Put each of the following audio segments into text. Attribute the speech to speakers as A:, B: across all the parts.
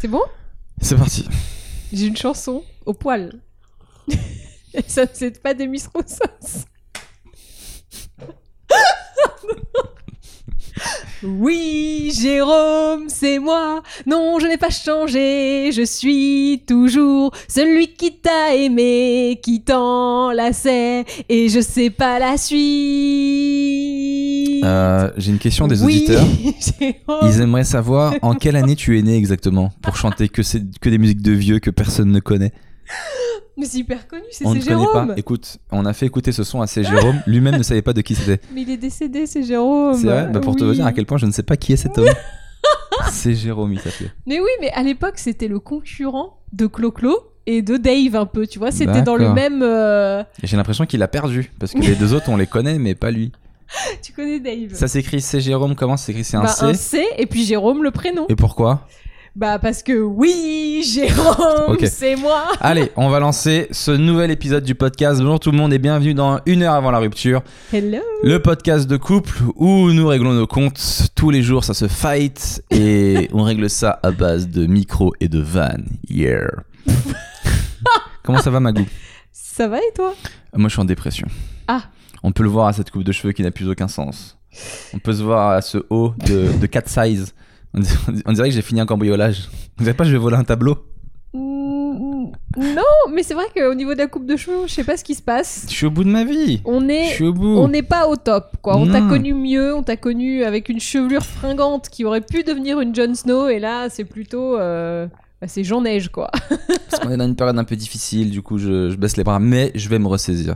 A: C'est bon
B: C'est parti.
A: J'ai une chanson au poil. Et ça, c'est pas des Miss Rosas. Oui, Jérôme, c'est moi. Non, je n'ai pas changé. Je suis toujours celui qui t'a aimé, qui t'enlaçait. Et je sais pas la suite.
B: Euh, J'ai une question des
A: oui, Oh.
B: auditeurs.
A: Jérôme.
B: Ils aimeraient savoir en quelle année tu es né exactement pour chanter que, c'est- que des musiques de vieux que personne ne connaît.
A: Mais c'est hyper connu, c'est
B: On
A: c'est
B: ne connaît
A: Jérôme.
B: pas. Écoute, on a fait écouter ce son à c'est Jérôme. Lui-même ne savait pas de qui c'était.
A: Mais il est décédé, c'est Jérôme.
B: C'est vrai Bah, Pour te
A: Oh Oui.
B: dire à quel point je ne sais pas qui est cet homme. c'est Jérôme, il s'appelait.
A: Mais oui, mais à l'époque, c'était le concurrent de Clo-Clo et de Dave un peu, tu vois. C'était dans le
B: D'accord.
A: même... euh,
B: Et J'ai l'impression qu'il a perdu parce que les deux autres, on les connaît, mais pas lui.
A: Tu connais Dave
B: Ça s'écrit c'est Jérôme. Comment ça s'écrit C'est un
A: Bah,
B: C.
A: et puis Jérôme le prénom.
B: Et pourquoi
A: Bah parce que oui, Jérôme,
B: Ok.
A: c'est moi.
B: Allez, on va lancer ce nouvel épisode du podcast. Bonjour tout le monde et bienvenue dans Une heure avant la rupture.
A: Hello.
B: Le podcast de couple où nous réglons nos comptes. Tous les jours, ça se fight et on règle ça à base de micro et de vannes. Yeah. Comment ça va, Magou
A: Ça va et toi
B: Moi, je suis en dépression.
A: Ah.
B: On peut le voir à cette coupe de cheveux qui n'a plus aucun sens. On peut se voir à ce haut de, de 4 size. On dirait, on dirait que j'ai fini un cambriolage. Vous savez pas, je vais voler un tableau.
A: Mm, Non, mais c'est vrai qu'au niveau de la coupe de cheveux, je sais pas ce qui se passe.
B: Je suis au bout de ma vie.
A: On
B: Je
A: est...
B: suis Hmm. au bout.
A: On n'est pas au top, quoi. On t'a
B: Non.
A: connu mieux, on t'a connu avec une chevelure fringante qui aurait pu devenir une Jon Snow, et là, c'est plutôt. euh, bah, c'est Jean Neige, quoi.
B: Parce qu'on est dans une période un peu difficile, du coup je, je baisse les bras, mais je vais me ressaisir.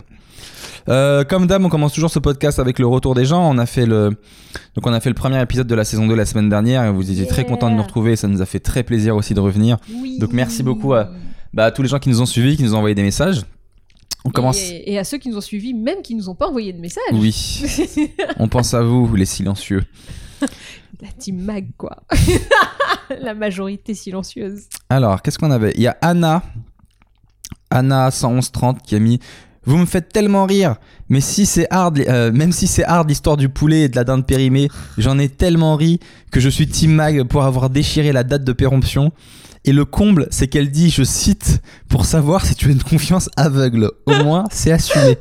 B: Euh, comme d'hab, on commence toujours ce podcast avec le retour des gens. On a fait le, donc on a fait le premier épisode de la saison 2 la semaine dernière et vous étiez très
A: Yeah.
B: contents de nous retrouver. Ça nous a fait très plaisir aussi de revenir. Donc, merci beaucoup à- Bah, à tous les gens qui nous ont suivis, qui nous ont envoyé des messages. On commence.
A: Et, et à ceux qui nous ont suivis, même qui nous ont pas envoyé de message.
B: Oui, on pense à vous, les silencieux.
A: La team mag, quoi. la majorité silencieuse.
B: Alors, qu'est-ce qu'on avait Il y a Anna, Anna 11130 qui a mis Vous me faites tellement rire, mais si c'est hard, euh, même si c'est hard l'histoire du poulet et de la dinde périmée, j'en ai tellement ri que je suis Team Mag pour avoir déchiré la date de péremption. Et le comble, c'est qu'elle dit, je cite, pour savoir si tu as une confiance aveugle. Au moins, c'est assumé.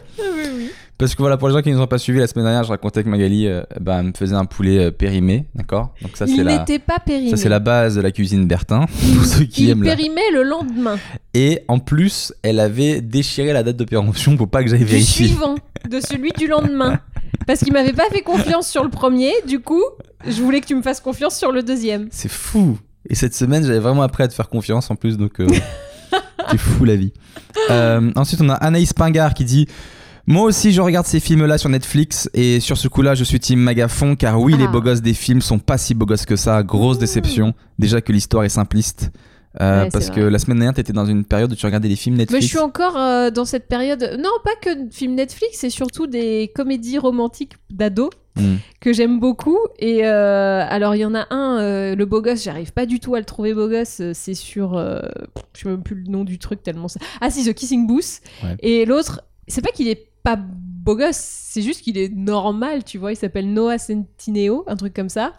B: Parce que voilà, pour les gens qui ne nous ont pas suivis la semaine dernière, je racontais que Magali euh, bah, elle me faisait un poulet euh, périmé, d'accord Donc ça, c'est
A: Il
B: la,
A: n'était pas périmé.
B: ça, c'est la base de la cuisine Bertin. Pour ceux qui
A: Il
B: aiment la-
A: périmait le lendemain
B: et en plus, elle avait déchiré la date de péremption pour pas que j'aille
A: du
B: vérifier.
A: suivant, de celui du lendemain. Parce qu'il m'avait pas fait confiance sur le premier, du coup, je voulais que tu me fasses confiance sur le deuxième.
B: C'est fou. Et cette semaine, j'avais vraiment appris à te faire confiance en plus, donc euh, c'est fou la vie. Euh, ensuite, on a Anaïs Pingard qui dit Moi aussi, je regarde ces films-là sur Netflix, et sur ce coup-là, je suis team Magafon, car oui, les
A: Ah. Mmh.
B: beaux gosses des films sont pas si beaux gosses que ça. Grosse déception. Déjà que l'histoire est simpliste. Euh,
A: Ouais,
B: parce
A: c'est
B: que
A: vrai.
B: la semaine dernière, t'étais dans une période où tu regardais des films
A: Mais
B: Netflix.
A: je suis encore euh, dans cette période, non pas que de films Netflix, c'est surtout des comédies romantiques d'ados
B: Mm.
A: que j'aime beaucoup. Et euh, alors il y en a un, euh, le beau gosse, j'arrive pas du tout à le trouver beau gosse, euh, c'est sur, euh, je sais même plus le nom du truc tellement ça. Ah si, The Kissing Booth.
B: Ouais.
A: Et l'autre, c'est pas qu'il est pas beau gosse, c'est juste qu'il est normal, tu vois. Il s'appelle Noah Centineo, un truc comme ça.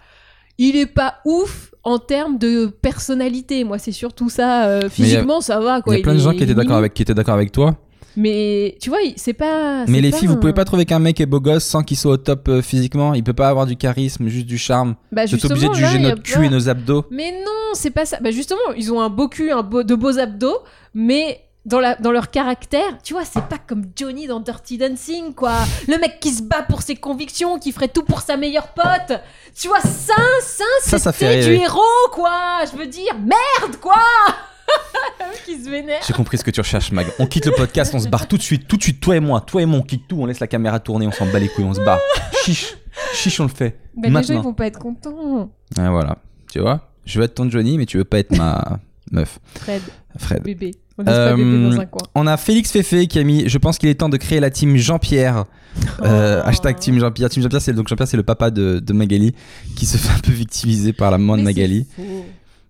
A: Il est pas ouf en termes de personnalité. Moi, c'est surtout ça. euh,
B: il y a-
A: physiquement, ça va.
B: Il
A: Quoi.
B: y a plein de
A: est
B: gens qui étaient d'accord
A: mimi.
B: avec, qui étaient d'accord avec toi.
A: Mais tu vois, il- c'est pas. Ah,
B: Mais
A: c'est
B: les
A: pas
B: filles, vous
A: un-
B: pouvez pas trouver qu'un mec est beau gosse sans qu'il soit au top euh, physiquement. Il peut pas avoir du charisme, juste du charme.
A: Bah,
B: Vous êtes
A: justement,
B: obligé de
A: là,
B: juger
A: il y a
B: notre
A: pas-
B: cul et nos abdos.
A: Mais non, c'est pas ça. Bah justement, ils ont un beau cul, un beau, de beaux abdos, mais dans, la, dans leur caractère, tu vois, c'est pas comme Johnny dans Dirty Dancing, quoi. Le mec qui se bat pour ses convictions, qui ferait tout pour sa meilleure pote. Tu vois, ça, ça,
B: Ça,
A: c'était
B: ça fait
A: du
B: rêver.
A: héros, quoi. Je veux dire, merde, quoi. Le mec qui se vénère.
B: J'ai compris ce que tu recherches, Mag. On quitte le podcast, on se barre tout de suite, tout de suite, toi et moi, toi et moi, on quitte tout, on laisse la caméra tourner, on s'en bat les couilles, on se barre. Chiche, chiche, on le fait.
A: Bah, les gens, ils
B: Maintenant.
A: vont pas être contents.
B: Ah, voilà, tu vois, je veux être ton Johnny, mais tu veux pas être ma meuf,
A: Fred,
B: Fred.
A: bébé. On laisse pas bébé
B: Euh,
A: dans un coin.
B: On a Félix Féfé qui a mis Je pense qu'il est temps de créer la team Jean-Pierre. Euh,
A: Oh.
B: Hashtag team Jean-Pierre. Team Jean-Pierre, c'est donc Jean-Pierre, c'est le papa de, de Magali qui se fait un peu victimiser par la maman de
A: Mais
B: Magali.
A: c'est faux.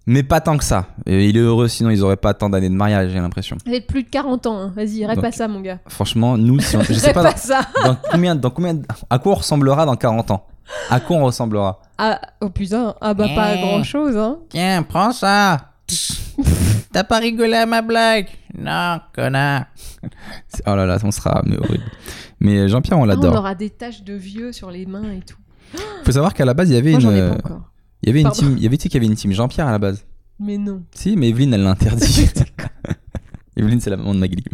B: Mais pas tant que ça. Et il est heureux, sinon ils auraient pas tant d'années de mariage, j'ai l'impression.
A: Elle est de plus de 40 ans. hein. Vas-y, rêve
B: Donc,
A: pas ça, mon gars.
B: Franchement, nous, si on- je sais
A: Rêve
B: pas
A: pas
B: dans,
A: ça.
B: dans combien, dans combien, à quoi on ressemblera dans 40 ans. À quoi on ressemblera
A: Ah, oh putain, ah bah pas
B: Eh.
A: grand chose, hein.
B: Tiens, prends ça. T'as pas rigolé à ma blague Non, connard. C'est- Oh là là, on sera mais horrible. Mais euh, Jean-Pierre, on
A: Ah, on
B: l'adore.
A: aura des taches de vieux sur les mains et tout.
B: Faut savoir qu'à la base, il y avait
A: Moi, j'en ai
B: une, euh,
A: pas encore.
B: il y avait une
A: Pardon.
B: team, il y avait tu sais qu'il y avait une team Jean-Pierre à la base.
A: Mais non.
B: Si, mais Evelyne, elle l'interdit. Evelyne, c'est la maman de Maggie.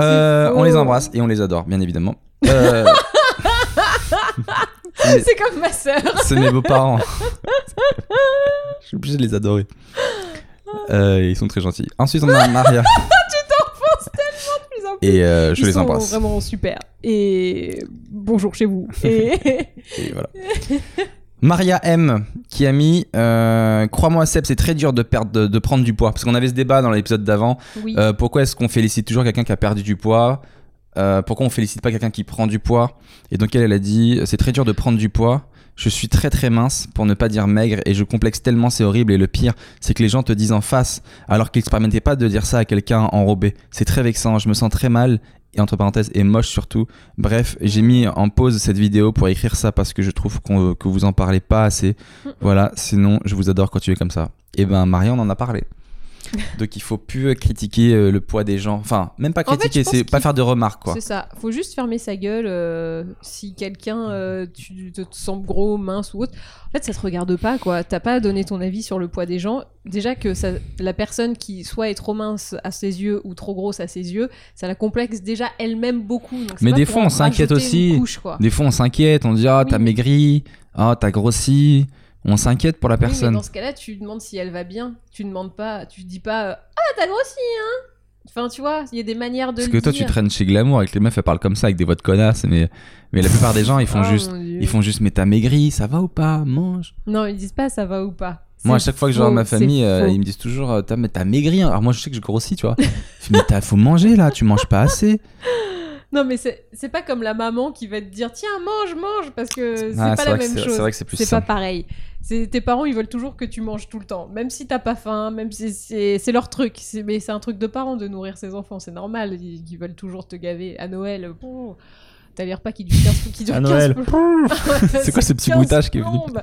B: Euh,
A: C'est faux.
B: on les embrasse et on les adore, bien évidemment. Euh, Mais-
A: C'est comme ma sœur.
B: c'est mes beaux-parents. Je suis obligé de les adorer. Euh, ils sont très gentils. Ensuite, on a Maria.
A: Plus en plus.
B: Et euh, je
A: Ils
B: les
A: sont
B: embrasse.
A: vraiment super. Et bonjour chez vous. Et
B: Et voilà. Maria M qui a mis euh, Crois-moi, Seb, c'est très dur de, perdre, de, de prendre du poids. Parce qu'on avait ce débat dans l'épisode d'avant.
A: oui.
B: Euh, pourquoi est-ce qu'on félicite toujours quelqu'un qui a perdu du poids Euh, Pourquoi on félicite pas quelqu'un qui prend du poids Et donc elle, elle a dit euh, C'est très dur de prendre du poids. Je suis très très mince pour ne pas dire maigre et je complexe tellement, c'est horrible. Et le pire, c'est que les gens te disent en face alors qu'ils ne se permettaient pas de dire ça à quelqu'un enrobé. C'est très vexant, je me sens très mal et entre parenthèses et moche surtout. Bref, j'ai mis en pause cette vidéo pour écrire ça parce que je trouve qu'on- que vous en parlez pas assez. Voilà, sinon je vous adore quand tu es comme ça. Et ben Maria, on en a parlé. Donc il faut plus critiquer euh, le poids des gens. Enfin, même pas
A: En fait,
B: critiquer,
A: je pense
B: c'est pas
A: qu'il-
B: faire de remarques quoi.
A: C'est ça. Faut juste fermer sa gueule euh, si quelqu'un euh, tu te, te sens gros, mince ou autre. En fait, ça te regarde pas quoi. T'as pas donné ton avis sur le poids des gens. Déjà que ça- la personne qui soit est trop mince à ses yeux ou trop grosse à ses yeux, ça la complexe déjà elle-même beaucoup. Donc, c'est
B: Mais
A: pas
B: des
A: pour
B: fois, on
A: en
B: s'inquiète
A: rajouter
B: aussi.
A: une couche, quoi.
B: Des fois on s'inquiète, on dit ah
A: Oui.
B: t'as maigri, ah t'as grossi. On s'inquiète pour la
A: Oui, mais
B: personne.
A: dans ce cas-là, tu demandes si elle va bien. Tu demandes pas, tu dis pas euh, ah t'as grossi hein. Enfin tu vois, il y a des manières de
B: Parce
A: le
B: que toi
A: dire.
B: tu traînes chez Glamour avec les meufs, elles parlent comme ça avec des voix de connasse, mais mais la plupart des gens ils font
A: Oh,
B: juste.
A: mon Dieu.
B: Ils font juste, mais t'as maigri, ça va ou pas Mange.
A: Non, ils disent pas ça va ou pas.
B: Moi, à
A: C'est
B: chaque fois que je vois
A: faux,
B: ma
A: c'est
B: famille, euh,
A: faux.
B: ils me disent toujours, euh, t'as, mais t'as maigri. hein. Alors moi, je sais que je grossis, tu vois. Je fais, mais t'as, faut manger là, tu manges pas assez.
A: Non, mais c'est c'est pas comme la maman qui va te dire tiens, mange, mange, parce que c'est
B: Ah,
A: pas la
B: vrai que
A: même
B: c'est-
A: chose.
B: C'est vrai que c'est plus
A: C'est pas
B: ça.
A: pareil. C'est- Tes parents, ils veulent toujours que tu manges tout le temps, même si t'as pas faim, même si c'est c'est leur truc. C'est- Mais c'est un truc de parents de nourrir ses enfants, c'est normal. Ils, ils veulent toujours te gaver. À Noël, bon, t'as les repas qui durent 15 qui durent
B: À Noël,
A: 15
B: C'est quoi ce petit
A: 15
B: bruitage qui est venu
A: plombes.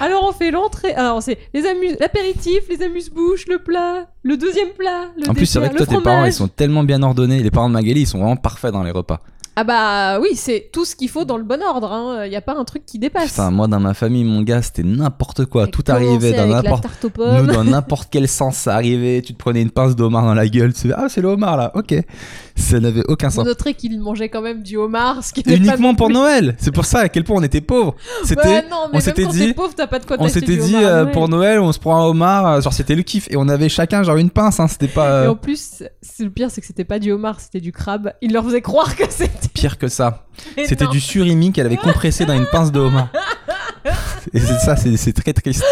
A: Alors on fait l'entrée, alors c'est les amuse, l'apéritif, les amuse-bouches, le plat, le deuxième plat, le
B: En plus, c'est vrai que
A: dessert,
B: toi,
A: le
B: tes parents, ils
A: fromage.
B: sont tellement bien ordonnés. Les parents de Magali, ils sont vraiment parfaits dans les repas.
A: Ah bah oui, c'est tout ce qu'il faut dans le bon ordre. hein. Il n'y a pas un truc qui dépasse.
B: Putain, moi, dans ma famille, mon gars, c'était n'importe quoi.
A: Avec
B: Tout
A: commencer
B: arrivait dans
A: avec la
B: n'importe
A: tarte aux
B: Nous,
A: pommes.
B: dans n'importe quel sens, ça arrivait. Tu te prenais une pince d'homard dans la gueule. Tu fais, ah, c'est le homard là, ok. Ça n'avait aucun
A: Vous
B: sens.
A: noterez qu'il mangeait quand même du homard, ce qui n'est pas
B: Uniquement
A: non
B: pour
A: plus-
B: Noël. C'est pour ça à quel point on était pauvres. C'était.
A: Bah non, mais même
B: s'était
A: quand
B: dit-
A: t'es pauvre, t'as pas de quoi
B: On
A: t'acheter
B: s'était
A: du
B: dit
A: homard à
B: euh,
A: Noël.
B: pour Noël, on se prend un homard, euh, genre c'était le kiff et on avait chacun genre une pince, hein, c'était pas
A: Et
B: euh,
A: en plus, c'est- le pire, c'est que c'était pas du homard, c'était du crabe. Il leur faisait croire que c'était.
B: pire que ça. C'était
A: Non.
B: du surimi qu'elle avait compressé dans une pince de homard. Et c'est ça, c'est c'est très triste.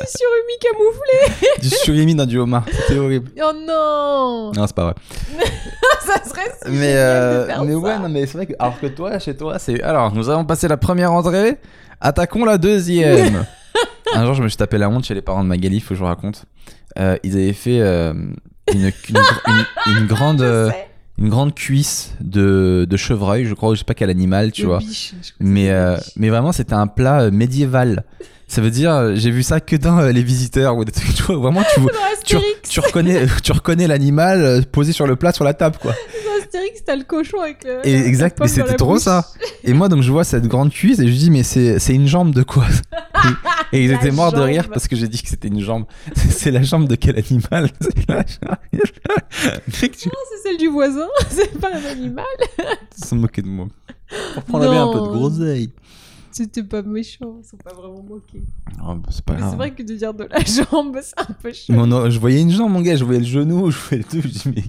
A: Du surimi camouflé.
B: Du surimi dans du homard, c'était horrible.
A: Oh non
B: Non, c'est pas vrai.
A: Ça serait si
B: Mais,
A: génial
B: euh,
A: de faire
B: mais
A: ça.
B: ouais, non, mais c'est vrai que. Alors que toi, chez toi, c'est. Alors, nous avons passé la première entrée, attaquons la deuxième. un jour, je me suis tapé la honte chez les parents de Magali, faut que je vous raconte. Euh, ils avaient fait euh, une, une, une- une grande.
A: Je
B: euh,
A: sais.
B: une grande cuisse de, de chevreuil, je crois, ou je sais pas quel animal, tu
A: Le
B: vois.
A: biche, je crois que
B: Mais,
A: c'était le
B: euh,
A: biche.
B: mais vraiment, c'était un plat euh, médiéval. Ça veut dire, euh, j'ai vu ça que dans euh, les visiteurs ou des trucs, tu vois, vraiment, tu,
A: Dans Astérix,
B: tu reconnais, euh, tu reconnais l'animal euh, posé sur le plat, sur la table, quoi.
A: dans Astérix, t'as le cochon avec le.
B: Et
A: la
B: exact,
A: pomme
B: mais c'était
A: dans la
B: trop
A: bouche.
B: ça. Et moi, donc, je vois cette grande cuisse et je dis, mais c'est c'est une jambe de quoi Et, et ils
A: La
B: étaient morts de rire
A: jambe.
B: parce que j'ai dit que c'était une jambe. C'est la jambe de quel animal C'est la jambe- Mec, tu
A: Non, c'est celle du voisin, c'est pas un animal.
B: ils se moquaient de moi. Pour prendre bien un peu de
A: Non.
B: groseille.
A: C'était pas méchant, ils sont pas vraiment moqués.
B: Oh, bah, c'est pas
A: Mais c'est
B: grave.
A: vrai que de dire de la jambe, c'est un peu
B: Mais
A: chiant.
B: on a- je voyais une jambe, mon gars, je voyais le genou, je voyais tout. Je, dis, mais...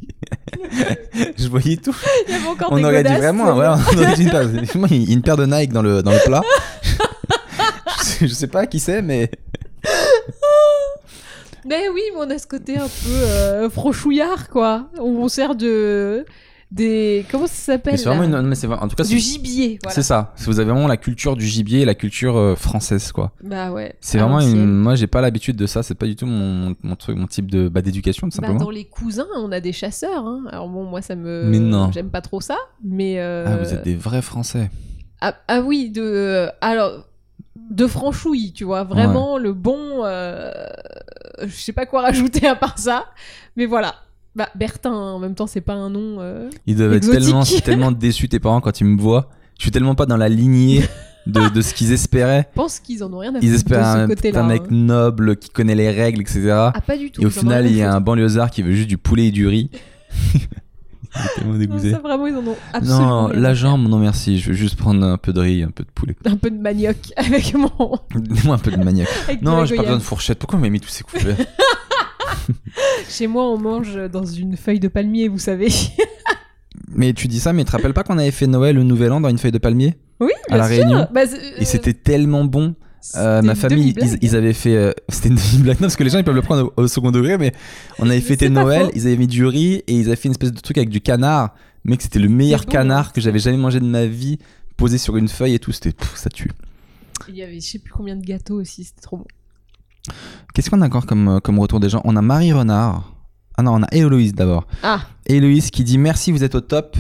B: je voyais tout.
A: Il y avait encore
B: On
A: des
B: aurait dit
A: godasses,
B: vraiment,
A: mais
B: voilà, on aurait dit une paire, effectivement, il y a une paire de Nike dans le, dans le plat. je, sais, je sais pas qui c'est, mais
A: Mais oui, mais on a ce côté un peu euh, franchouillard, quoi. On sert de. Des. Comment ça s'appelle
B: mais c'est vraiment
A: là
B: une. non, Mais c'est vrai- en tout cas, c'est
A: Du gibier, voilà.
B: c'est ça. Vous avez vraiment la culture du gibier et la culture euh, française, quoi.
A: Bah ouais.
B: C'est
A: à
B: vraiment une.
A: l'ancienne.
B: Moi, j'ai pas l'habitude de ça. C'est pas du tout mon, mon truc, mon type de bah, d'éducation, tout
A: Bah,
B: simplement.
A: dans les cousins, on a des chasseurs. hein. Alors bon, moi, ça me.
B: Mais non.
A: J'aime pas trop ça, mais. euh,
B: Ah, vous êtes des vrais Français.
A: Ah, ah oui, de alors de franchouille, tu vois, vraiment le bon euh, euh, je sais pas quoi rajouter à part ça. Mais voilà. Bah, Bertin, en même temps, c'est pas un nom. euh.
B: Ils doivent être
A: Exotique.
B: tellement, tellement déçus tes parents quand ils me voient. Je suis tellement pas dans la lignée de, de ce qu'ils espéraient.
A: Je pense qu'ils en ont rien à
B: Ils
A: foutre
B: espèrent
A: de ce
B: un,
A: côté-là.
B: un mec
A: hein.
B: noble qui connaît les règles, etc.
A: Ah, pas du tout.
B: et au
A: ils en ont
B: final,
A: rien à
B: il y a
A: foutre.
B: un banlieusard qui veut juste du poulet et du riz. il est tellement
A: Non,
B: dégoûté.
A: ça, vraiment, ils en ont absolument
B: Non,
A: rien.
B: la jambe, non merci. Je veux juste prendre un peu de riz, un peu de poulet.
A: Un peu de manioc avec mon.
B: Moi, un peu de manioc.
A: avec de
B: Non,
A: la
B: j'ai pas besoin
A: goyave.
B: de fourchette. Pourquoi on m'a mis tous ces couverts
A: Chez moi, on mange dans une feuille de palmier, vous savez.
B: Mais tu dis ça, mais tu te rappelles pas qu'on avait fait Noël le Nouvel An dans une feuille de palmier
A: oui,
B: À
A: bien
B: La
A: sûr.
B: Réunion.
A: Bah, c'est-
B: Et c'était tellement bon. Euh,
A: c'était
B: ma
A: une
B: famille,
A: demi-blague.
B: ils, ils avaient fait. euh, c'était une demi-blague, non, parce que les gens ils peuvent le prendre au, au second degré, mais on avait
A: Mais
B: fêté
A: c'est pas
B: Noël,
A: faux.
B: ils avaient mis du riz et ils avaient fait une espèce de truc avec du canard. Mec, c'était le
A: C'est
B: meilleur
A: bon, hein.
B: canard que j'avais jamais mangé de ma vie, posé sur une feuille et tout. C'était. pff, ça tue.
A: Il y avait je sais plus combien de gâteaux aussi, c'était trop bon.
B: Qu'est-ce qu'on a encore comme, euh, comme retour des gens On a Marie Renard. Ah non, on a Héloïse d'abord.
A: Ah.
B: Héloïse qui dit Merci, vous êtes au top.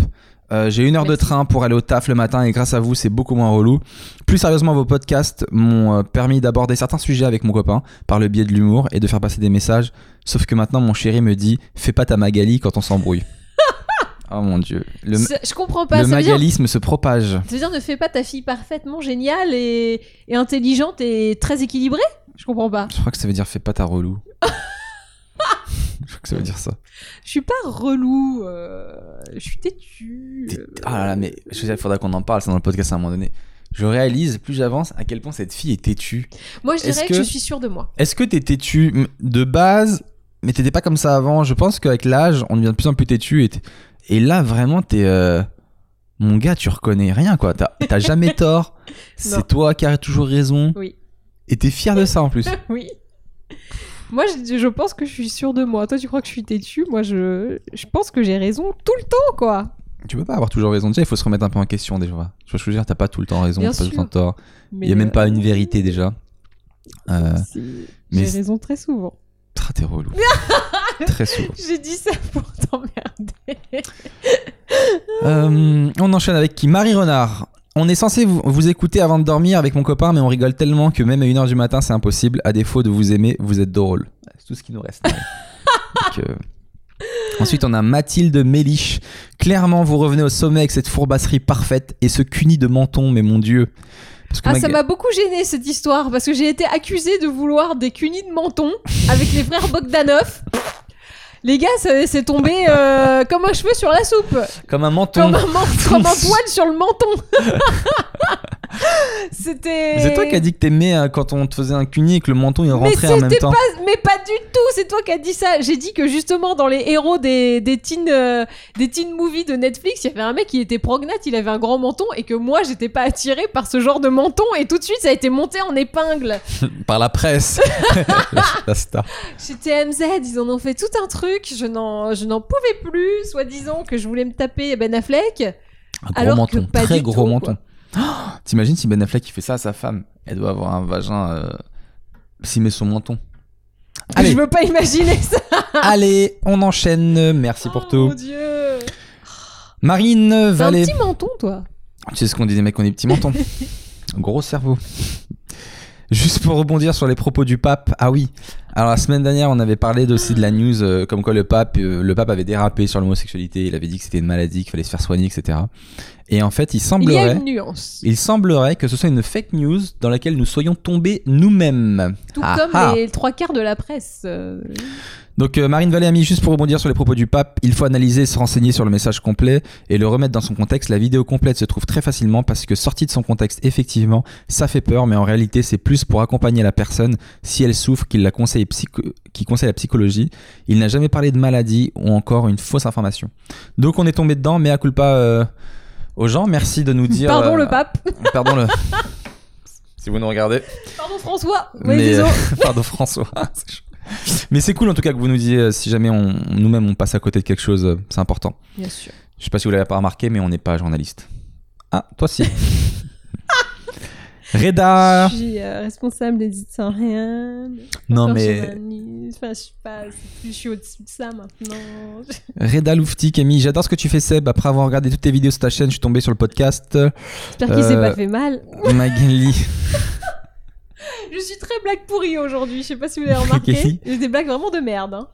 B: Euh, J'ai une heure de
A: Merci.
B: train pour aller au taf le matin et grâce à vous, c'est beaucoup moins relou. Plus sérieusement, vos podcasts m'ont euh, permis d'aborder certains sujets avec mon copain par le biais de l'humour et de faire passer des messages. Sauf que maintenant, mon chéri me dit Fais pas ta Magali quand on s'embrouille. oh mon dieu. Le,
A: Ça- je comprends pas.
B: le
A: ça, veut dire,
B: magalisme se propage.
A: ça veut dire ne fais pas ta fille parfaitement géniale et, et intelligente et très équilibrée Je comprends pas.
B: Je crois que ça veut dire Fais pas ta relou. Je crois que ça veut dire ça.
A: Je suis pas relou. euh, je suis têtue.
B: T'es-
A: euh,
B: Ah là là, mais je sais, il faudra qu'on en parle, ça dans le podcast à un moment donné. Je réalise, plus j'avance, à quel point cette fille est têtue.
A: Moi, je
B: est-ce
A: dirais que...
B: que-
A: je suis sûre de moi.
B: Est-ce que t'es têtue m- de base, mais t'étais pas comme ça avant Je pense qu'avec l'âge, on devient de plus en plus têtu. Et, t- et là, vraiment, t'es. euh, Mon gars, tu reconnais rien, quoi. T'as t'as jamais tort.
A: Non.
B: C'est toi qui as toujours raison.
A: Oui.
B: Et t'es fier de ça en plus.
A: oui. Moi, je, je pense que je suis sûre de moi. Toi, tu crois que je suis têtue Moi, je, je pense que j'ai raison tout le temps, quoi.
B: tu peux pas avoir toujours raison. Déjà, il faut se remettre un peu en question déjà. Je vois ce que je veux dire, t'as pas tout le temps raison,
A: Bien
B: t'as pas tout le
A: sûr.
B: temps tort. Il
A: Mais,
B: y a même
A: euh,
B: pas une vérité déjà. Euh,
A: c'est-
B: mais-
A: J'ai raison très souvent.
B: tra- t'es relou. Très souvent.
A: J'ai dit ça pour t'emmerder.
B: Euh, on enchaîne avec qui Marie Renard. On est censé vous, vous écouter avant de dormir avec mon copain, mais on rigole tellement que même à 1h du matin, c'est impossible. À défaut de vous aimer, vous êtes drôle. C'est tout ce qui nous reste. Donc, euh, Ensuite, on a Mathilde Méliche. Clairement, vous revenez au sommet avec cette fourbasserie parfaite et ce cuni de menton, mais mon Dieu. Parce que
A: Ah,
B: ma-
A: ça m'a beaucoup gêné cette histoire parce que j'ai été accusée de vouloir des cunis de menton avec les frères Bogdanov. Les gars, ça- c'est tombé euh, comme un cheveu sur la soupe,
B: Comme un menton.
A: comme un, men- comme un poil sur le menton. C'était.
B: C'est toi qui as dit que t'aimais euh, quand on te faisait un cuni et que le menton il
A: Mais
B: rentrait en même
A: c'était
B: temps.
A: Mais pas du tout, c'est toi qui as dit ça. J'ai dit que justement dans les héros des, des, teen, euh, des teen movies de Netflix, il y avait un mec qui était prognate, il avait un grand menton et que moi j'étais pas attirée par ce genre de menton et tout de suite ça a été monté en épingle.
B: Par la presse. la, la star.
A: Chez TMZ, ils en ont fait tout un truc, je n'en je n'en pouvais plus, soi-disant que je voulais me taper Ben Affleck.
B: Un gros
A: Alors que
B: menton,
A: pas
B: très
A: du
B: gros
A: tout,
B: menton. Oh, T'imagines si Ben Affleck il fait ça à sa femme Elle doit avoir un vagin. Euh, S'il met son menton. Allez,
A: Je veux pas imaginer ça.
B: allez, on enchaîne. Merci pour
A: Oh
B: tout.
A: mon dieu.
B: Marine
A: T'as un
B: Vallée.
A: petit menton toi.
B: Tu sais ce qu'on dit des mecs, on est petits mentons. Gros cerveau. Juste pour rebondir sur les propos du pape, ah oui. Alors la semaine dernière, on avait parlé de- aussi de la news euh, comme quoi le pape, euh, le pape avait dérapé sur l'homosexualité. Il avait dit que c'était une maladie, qu'il fallait se faire soigner, etc. Et en fait,
A: Il
B: il
A: y
B: semblerait.
A: a une nuance.
B: Il semblerait que ce soit une fake news dans laquelle nous soyons tombés nous-mêmes.
A: Tout
B: Ah,
A: comme
B: ah.
A: les trois quarts de la presse. euh,
B: Donc euh, Marine Vallée a mis juste pour rebondir sur les propos du pape, il faut analyser et se renseigner sur le message complet et le remettre dans son contexte. La vidéo complète se trouve très facilement parce que sortie de son contexte, effectivement, ça fait peur, mais en réalité c'est plus pour accompagner la personne si elle souffre qu'il la conseille, psycho- qu'il conseille la psychologie. Il n'a jamais parlé de maladie ou encore une fausse information. Donc on est tombé dedans, mais à culpa euh, aux gens, merci de nous dire...
A: Pardon
B: euh,
A: le pape.
B: Pardon le... si vous nous regardez.
A: Pardon François. Oui,
B: Mais, euh,
A: désolé.
B: pardon François. C'est chaud. Mais c'est cool en tout cas que vous nous disiez euh, si jamais on, nous-mêmes on passe à côté de quelque chose, euh, c'est important.
A: Bien sûr.
B: Je sais pas si vous l'avez pas remarqué, mais on n'est pas journaliste. Ah, toi si.
A: Je
B: Reda.
A: suis euh, responsable d'éditorial.
B: Ah. Non
A: Encore
B: mais
A: journaliste. Enfin, je sais pas, c'est plus- je suis au-dessus de ça maintenant.
B: Reda Loufti, Camille, j'adore ce que tu fais Seb. Après avoir regardé toutes tes vidéos sur ta chaîne, je suis tombé sur le podcast.
A: J'espère qu'il s'est
B: Euh,
A: pas fait mal.
B: Magali.
A: Je suis très blague pourrie aujourd'hui, je sais pas si vous l'avez remarqué. J'ai des blagues vraiment de merde. hein.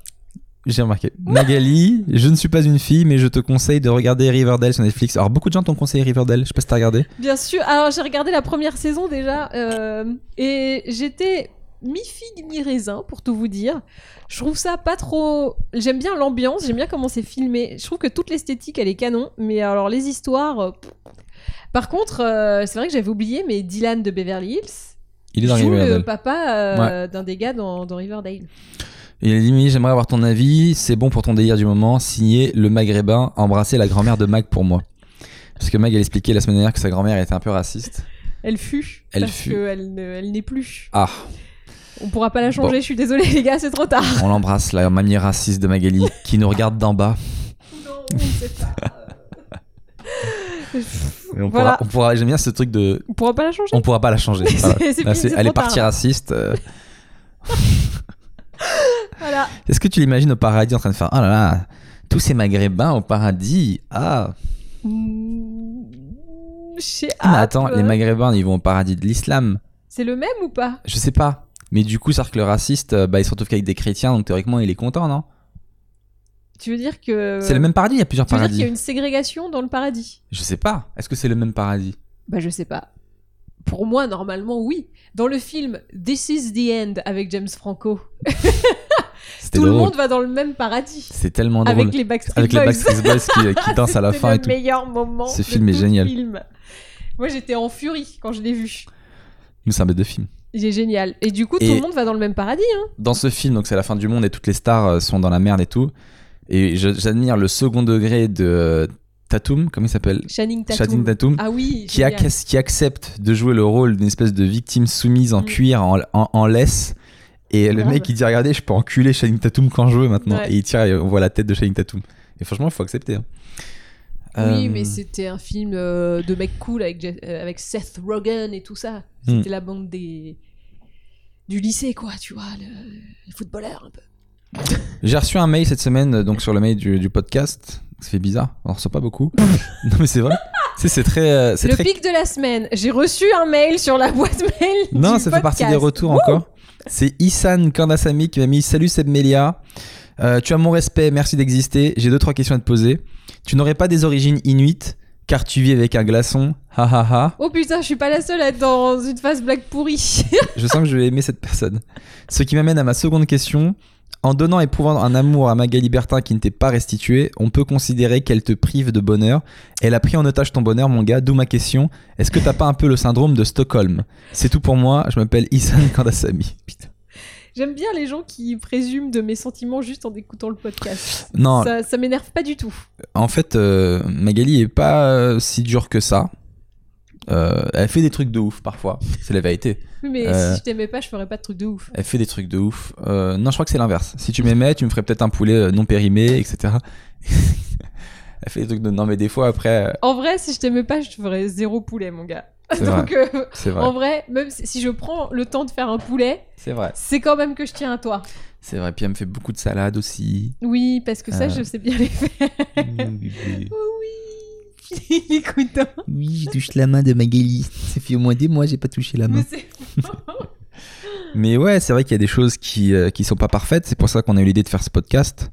B: J'ai remarqué. Magali, je ne suis pas une fille, mais je te conseille de regarder Riverdale sur Netflix. Alors, beaucoup de gens t'ont conseillé Riverdale, je sais pas si t'as regardé.
A: Bien sûr, alors j'ai regardé la première saison déjà euh, et j'étais mi-figue, mi-raisin pour tout vous dire. Je trouve ça pas trop. J'aime bien l'ambiance, j'aime bien comment c'est filmé. Je trouve que toute l'esthétique elle est canon, mais alors les histoires. euh, pff. Par contre, euh, c'est vrai que j'avais oublié, mais Dylan de Beverly Hills
B: Il est dans
A: joue le
B: Riverdale.
A: papa euh, d'un des gars dans, dans Riverdale.
B: Il a dit Mimi, j'aimerais avoir ton avis, c'est bon pour ton délire du moment, signé le maghrébin, embrasser la grand-mère de Mag pour moi. Parce que Mag, elle expliquait la semaine dernière que sa grand-mère était un peu raciste.
A: Elle fut.
B: Elle
A: parce
B: fut.
A: que elle ne- elle n'est plus.
B: Ah,
A: On pourra pas la changer, je suis désolée les gars, c'est trop tard.
B: on l'embrasse, la mamie raciste de Magali, qui nous regarde d'en bas.
A: Non, on sait pas.
B: Et on
A: Voilà.
B: pourra, on pourra- j'aime bien ce truc de.
A: On pourra pas la changer.
B: On pourra pas la changer. Voilà.
A: C'est- c'est
B: Là,
A: fini,
B: Ah c'est-
A: c'est
B: elle
A: trop
B: est partie
A: tard.
B: raciste. euh.
A: Voilà.
B: Est-ce que tu l'imagines au paradis en train de faire Oh là là, tous ces maghrébins au paradis Ah
A: Mmh, J'ai
B: Ah, mais
A: hâte,
B: attends,
A: quoi.
B: les maghrébins, ils vont au paradis de l'islam.
A: euh, C'est le même ou pas
B: Je sais pas. Mais du coup, c'est-à-dire que le raciste, euh, bah, il se retrouve qu'avec des chrétiens, donc théoriquement, il est content, non
A: Tu veux dire que.
B: C'est le même paradis, il y a plusieurs
A: Tu veux dire qu'il
B: paradis.
A: y a une ségrégation dans le paradis
B: Je sais pas. Est-ce que c'est le même paradis
A: Bah, je sais pas. Pour moi, normalement, oui. Dans le film This is the End avec James Franco,
B: C'était
A: tout le
B: drôle.
A: monde va dans le même paradis.
B: C'est tellement drôle.
A: Avec les Backstreet
B: Avec
A: Boys.
B: les Backstreet Boys qui, euh, qui dansent à la
A: C'était
B: fin
A: le
B: et tout.
A: meilleur moment.
B: Ce
A: de
B: film est
A: tout le
B: génial.
A: film. Moi, j'étais en furie quand je l'ai vu.
B: Mais c'est un bête de film.
A: Il est génial. Et du coup, tout
B: Et-
A: le monde va dans le même paradis. hein.
B: Dans ce film, donc c'est la fin du monde et toutes les stars euh, sont dans la merde et tout. Et je- j'admire le second degré de euh, Tatum, comment il s'appelle
A: hein. Channing Tatum.
B: Channing Tatum.
A: Ah oui.
B: qui,
A: génial.
B: ac- qui accepte de jouer le rôle d'une espèce de victime soumise en
A: Mm.
B: cuir, en, en- en laisse. Et le
A: Grave.
B: mec, il dit Regardez, je peux enculer Shining Tatum quand je veux maintenant.
A: Ouais.
B: Et il tire et on voit la tête de Shining Tatum. Et franchement, il faut accepter. hein.
A: Oui,
B: Euh,
A: mais c'était un film euh, de mec cool avec, Ja- euh, avec Seth Rogen et tout ça.
B: Hmm.
A: C'était la bande des du lycée, quoi, tu vois, le, les footballeurs un peu.
B: J'ai reçu un mail cette semaine euh, donc sur le mail du, du podcast. Ça fait bizarre, on reçoit pas beaucoup. non, mais c'est vrai. Tu sais, c'est très. euh, c'est
A: Le
B: très...
A: pic de la semaine. J'ai reçu un mail sur la boîte mail.
B: Non,
A: du
B: ça fait partie
A: podcast.
B: des retours encore. C'est Issan Kandasamy qui m'a mis Salut Seb Melia. Euh, tu as mon respect, merci d'exister. J'ai deux trois questions à te poser. Tu n'aurais pas des origines inuites car tu vis avec un glaçon. Ha ha ha.
A: Oh putain, je suis pas la seule à être dans une phase blague pourrie.
B: Je sens que je vais aimer cette personne. Ce qui m'amène à ma seconde question. En donnant et prouvant un amour à Magali Bertin qui ne t'est pas restitué, on peut considérer qu'elle te prive de bonheur. Elle a pris en otage ton bonheur, mon gars, d'où ma question. Est-ce que t'as pas un peu le syndrome de Stockholm C'est tout pour moi, je m'appelle Issan Kandasamy.
A: J'aime bien les gens qui présument de mes sentiments juste en écoutant le podcast.
B: Non,
A: Ça, ça m'énerve pas du tout.
B: En fait, euh, Magali est pas euh, si dure que ça. Euh, elle fait des trucs de ouf parfois, c'est la vérité.
A: Oui, mais
B: Euh.
A: si je t'aimais pas, je ferais pas de trucs de ouf.
B: Elle fait des trucs de ouf. Euh, non, je crois que c'est l'inverse. Si tu m'aimais, tu me ferais peut-être un poulet euh, non périmé, etc. elle fait des trucs de. Non, mais des fois après, euh,
A: En vrai, si je t'aimais pas, je te ferais zéro poulet, mon gars.
B: C'est
A: Donc, euh,
B: c'est vrai.
A: En vrai, même si si je prends le temps de faire un poulet,
B: C'est vrai.
A: c'est quand même que je tiens à toi.
B: C'est vrai. Puis elle me fait beaucoup de salades aussi.
A: Oui, parce que ça,
B: Euh.
A: je sais bien les faire. Oh
B: oui,
A: Oui, il hein. est content.
B: je touche la main de Magali. Ça fait au moins des mois, j'ai pas touché la
A: Mais c'est-
B: Mais ouais, c'est vrai qu'il y a des choses qui, euh, qui sont pas parfaites. C'est pour ça qu'on a eu l'idée de faire ce podcast.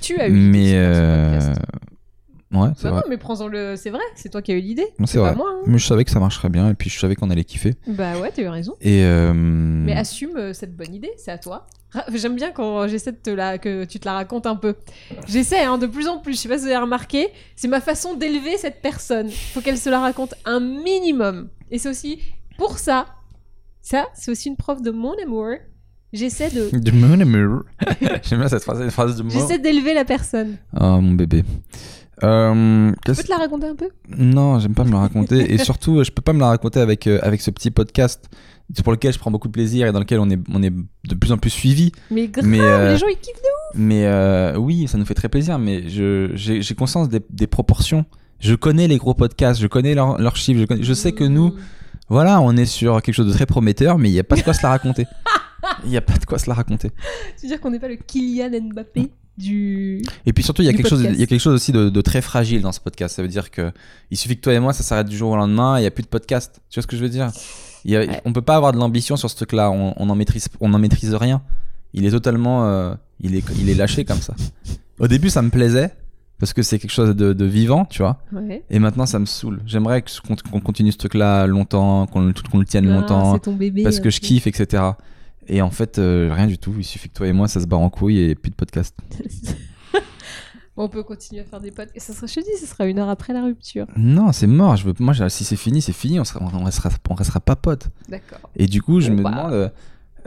A: tu as eu l'idée
B: mais
A: sur ce
B: euh,
A: podcast.
B: ouais c'est
A: Bah
B: vrai
A: non, mais prends-en le. C'est vrai, c'est toi qui as eu l'idée.
B: Non, c'est vrai
A: Pas moi. hein.
B: mais je savais que ça marcherait bien et puis je savais qu'on allait kiffer
A: Bah ouais, t'as eu raison.
B: et euh,
A: Mais assume euh, cette bonne idée, c'est à toi. Ra- J'aime bien quand j'essaie de te la, que tu te la racontes un peu. J'essaie hein, de plus en plus. Je sais pas si vous avez remarqué, c'est ma façon d'élever cette personne. Faut qu'elle se la raconte un minimum. Et c'est aussi pour ça, ça, c'est aussi une preuve de mon amour. J'essaie de,
B: de mon amour j'aime bien cette phrase, cette phrase de moi
A: j'essaie d'élever la personne.
B: oh mon bébé Euh,
A: Tu
B: qu'est-ce-
A: peux te la raconter un peu
B: non j'aime pas me la raconter et surtout je peux pas me la raconter avec, euh, avec ce petit podcast pour lequel je prends beaucoup de plaisir et dans lequel on est, on est de plus en plus suivi
A: Mais grave,
B: mais euh,
A: les gens ils kiffent.
B: Mais euh, oui, ça nous fait très plaisir, mais je- j'ai j'ai conscience des, des proportions. Je connais les gros podcasts, je connais leurs leurs chiffres, je, connais- je sais que nous, voilà, on est sur quelque chose de très prometteur, mais il n'y a pas de quoi se la raconter. Il n'y a pas de quoi se la raconter.
A: Tu veux dire qu'on n'est pas le Kylian Mbappé du.
B: Et puis surtout, il y a,
A: Du
B: quelque chose,
A: podcast.
B: il y a quelque chose aussi de, de très fragile dans ce podcast. Ça veut dire que il suffit que toi et moi, ça s'arrête du jour au lendemain, il n'y a plus de podcast. Tu vois ce que je veux dire Il y a-
A: Ouais.
B: On peut pas avoir de l'ambition sur ce truc-là. On on en maîtrise, on en maîtrise rien. Il est totalement, euh, il est, il est lâché comme ça. Au début, ça me plaisait parce que c'est quelque chose de, de vivant, tu vois.
A: Ouais.
B: Et maintenant, ça me saoule. J'aimerais que- qu'on qu'on continue ce truc-là longtemps, qu'on le- qu'on le tienne
A: Ah,
B: longtemps,
A: c'est ton bébé.
B: parce que
A: hein.
B: je kiffe, etc. Et en fait, euh, rien du tout. Il suffit que toi et moi, ça se barre en couille et plus de podcast.
A: Bon, on peut continuer à faire des potes. Ça sera, je te dis, ce sera une heure après la rupture.
B: Non, c'est mort. Je veux, moi, j'ai- si c'est fini, c'est fini. On, sera, on, restera, on restera pas potes.
A: D'accord.
B: Et du coup, je
A: Bon,
B: me
A: bah.
B: demande euh,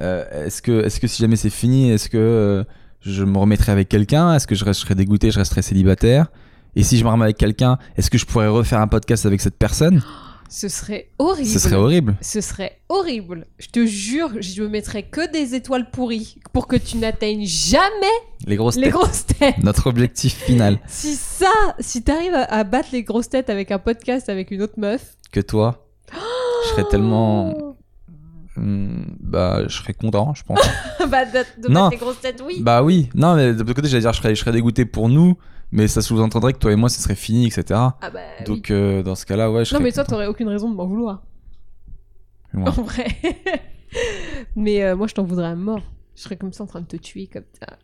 B: euh, est-ce que, est que si jamais c'est fini, est-ce que euh, je me remettrai avec quelqu'un Est-ce que je, reste- je serai dégoûté Je resterai célibataire Et si je me remets avec quelqu'un, est-ce que je pourrais refaire un podcast avec cette personne
A: Ce serait horrible.
B: Ce serait horrible.
A: Ce serait horrible. Je te jure, je me mettrais que des étoiles pourries pour que tu n'atteignes jamais
B: Les grosses
A: les
B: têtes.
A: grosses têtes.
B: Notre objectif final.
A: Si ça, si t'arrives à, à battre les grosses têtes avec un podcast avec une autre meuf,
B: Que toi, je serais tellement.
A: Oh
B: Hmm, bah, je serais content, je pense.
A: bah, de, de
B: Non.
A: battre les grosses têtes, oui.
B: Bah oui, non, mais de l'autre côté, j'allais dire, je serais, je serais dégoûté pour nous, mais ça sous-entendrait que toi et moi, ce serait fini, etc.
A: ah bah oui.
B: Donc, euh, dans ce cas-là, ouais, je
A: Non
B: serais
A: mais toi,
B: content.
A: t'aurais aucune raison de m'en vouloir.
B: Ouais.
A: En vrai. mais euh, moi, je t'en voudrais à mort. Je serais comme ça en train de te tuer, comme ça.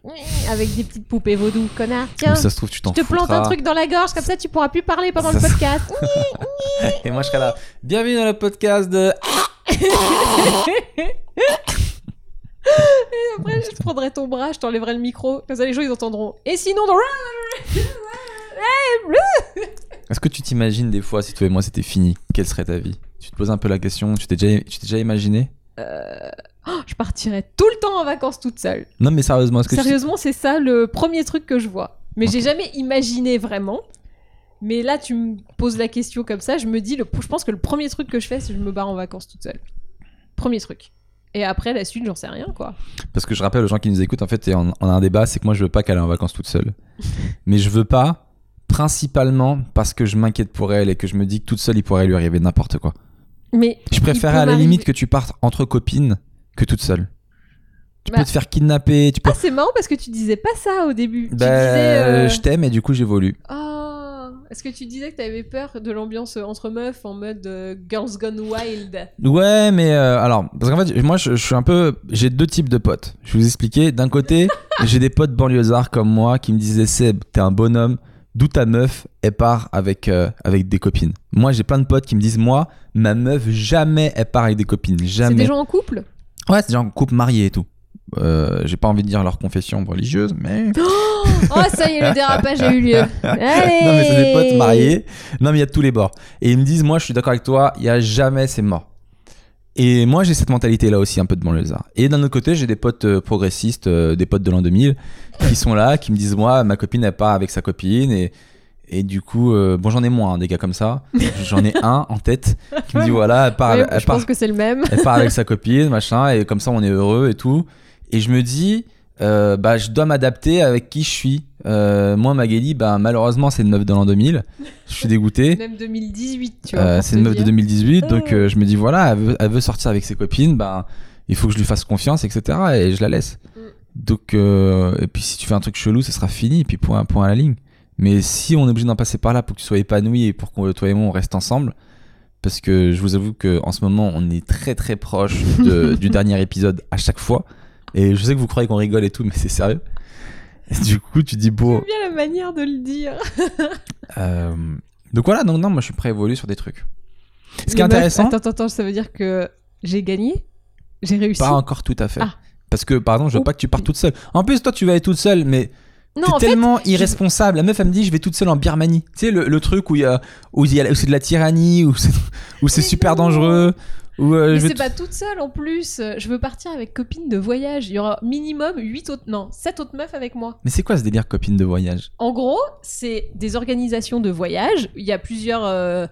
A: Avec des petites poupées vaudou, connard. Tiens,
B: Mais ça se trouve, tu t'en
A: je te plante
B: foutras.
A: un truc dans la gorge, comme ça, tu pourras plus parler pendant le
B: Ça-
A: podcast.
B: Et moi, je serais là. Bienvenue dans le podcast de.
A: Et après, je prendrai ton bras, je t'enlèverai le micro. Comme ça, les gens, ils entendront. Et sinon, dans...
B: Est-ce que tu t'imagines des fois, si toi et moi, c'était fini, quelle serait ta vie Tu te poses un peu la question, tu t'es déjà, tu t'es déjà imaginé
A: je partirai tout le temps en vacances toute seule.
B: Non, mais sérieusement, est-ce que tu-
A: Sérieusement, c'est ça le premier truc que je vois. Mais
B: Ok.
A: j'ai jamais imaginé vraiment. Mais là, tu me poses la question comme ça, je me dis, le... je pense que le premier truc que je fais, c'est que je me barre en vacances toute seule. Premier truc. Et après, la suite, j'en sais rien, quoi.
B: Parce que je rappelle aux gens qui nous écoutent, en fait, et on, on a un débat, c'est que moi, je veux pas qu'elle aille en vacances toute seule. Mais je veux pas, principalement, parce que je m'inquiète pour elle et que je me dis que toute seule, il pourrait lui arriver n'importe quoi.
A: Mais
B: Je préfère
A: peut
B: à la limite
A: m'arriver.
B: que tu partes entre copines que toute seule. Tu
A: Bah.
B: peux te faire kidnapper, tu peux.
A: ah, c'est marrant parce que tu disais pas ça au début. tu
B: Bah,
A: disais. euh,
B: Je t'aime et du coup j'évolue.
A: Oh, est-ce que tu disais que t'avais peur de l'ambiance entre meufs en mode euh, Girls Gone Wild
B: Ouais, mais euh, alors, parce qu'en fait, moi je, je suis un peu. J'ai deux types de potes. Je vais vous expliquer. D'un côté, j'ai des potes banlieusards comme moi qui me disaient Seb, t'es un bonhomme, d'où ta meuf, elle part avec, euh, avec des copines. Moi j'ai plein de potes qui me disent Moi, ma meuf, jamais elle part avec des copines.
A: C'est
B: Jamais.
A: des gens en couple
B: Ouais, c'est des gens en couple marié et tout. Euh, j'ai pas envie de dire leur confession religieuse, mais.
A: Oh, ça y est, le dérapage a eu lieu. Allez
B: Non, mais c'est des potes mariés. Non, mais il y a de tous les bords. Et ils me disent, moi, je suis d'accord avec toi, il y a jamais, c'est mort. Et moi, j'ai cette mentalité-là aussi, un peu de banlieusard. Et d'un autre côté, j'ai des potes euh, progressistes, euh, des potes de l'an 2000, qui sont là, qui me disent, moi, ma copine, elle part avec sa copine. Et, et du coup, euh, bon, j'en ai moins, hein, des gars comme ça. J'en ai un en tête qui me dit, voilà, elle part,
A: Ouais,
B: elle
A: je
B: Ah, part
A: pense que c'est le même.
B: elle part avec sa copine, machin, et comme ça on est heureux et tout. Et je me dis, euh, bah je dois m'adapter avec qui je suis. Euh, moi Magali, bah malheureusement c'est une meuf de l'an 2000, je suis dégoûté.
A: Même 2018, tu vois.
B: Euh,
A: pour
B: c'est
A: te
B: une meuf de
A: dire.
B: 2018, donc
A: Euh.
B: euh, je me dis voilà, elle veut, elle veut sortir avec ses copines, bah il faut que je lui fasse confiance, etc. Et je la laisse.
A: Mm.
B: Donc euh, et puis si tu fais un truc chelou, ce sera fini, et puis point, point à la ligne. Mais si on est obligé d'en passer par là pour que tu sois épanoui et pour que toi et moi on reste ensemble, parce que je vous avoue que en ce moment on est très très proche de- du dernier épisode à chaque fois. Et je sais que vous croyez qu'on rigole et tout, mais c'est sérieux. Et du coup, tu dis bon.
A: J'aime bien la manière de le dire.
B: euh, Donc voilà, donc non, moi je suis prêt à évoluer sur des trucs. Ce qui
A: Les
B: est
A: meufs-
B: intéressant.
A: Attends, attends, attends, ça veut dire que j'ai gagné J'ai réussi
B: Pas encore tout à fait.
A: Ah.
B: Parce que, par exemple, je veux
A: Oups.
B: pas que tu partes toute seule. En plus, toi, tu vas aller toute seule, mais
A: Non, en
B: t'es
A: fait,
B: tellement irresponsable. La meuf, elle me dit, je vais toute seule en Birmanie. Tu sais, le, le truc où, il y a- où il y a- où c'est de la tyrannie, où c'est, où c'est
A: Mais
B: super
A: non.
B: dangereux. Où, euh,
A: mais
B: je vais
A: c'est
B: tout-
A: pas toute seule en plus. Je veux partir avec copine de voyage. Il y aura minimum 8 autres. Non, 7 autres meufs avec moi.
B: Mais c'est quoi ce délire copine de voyage
A: En gros, c'est des organisations de voyage. Il y a plusieurs euh,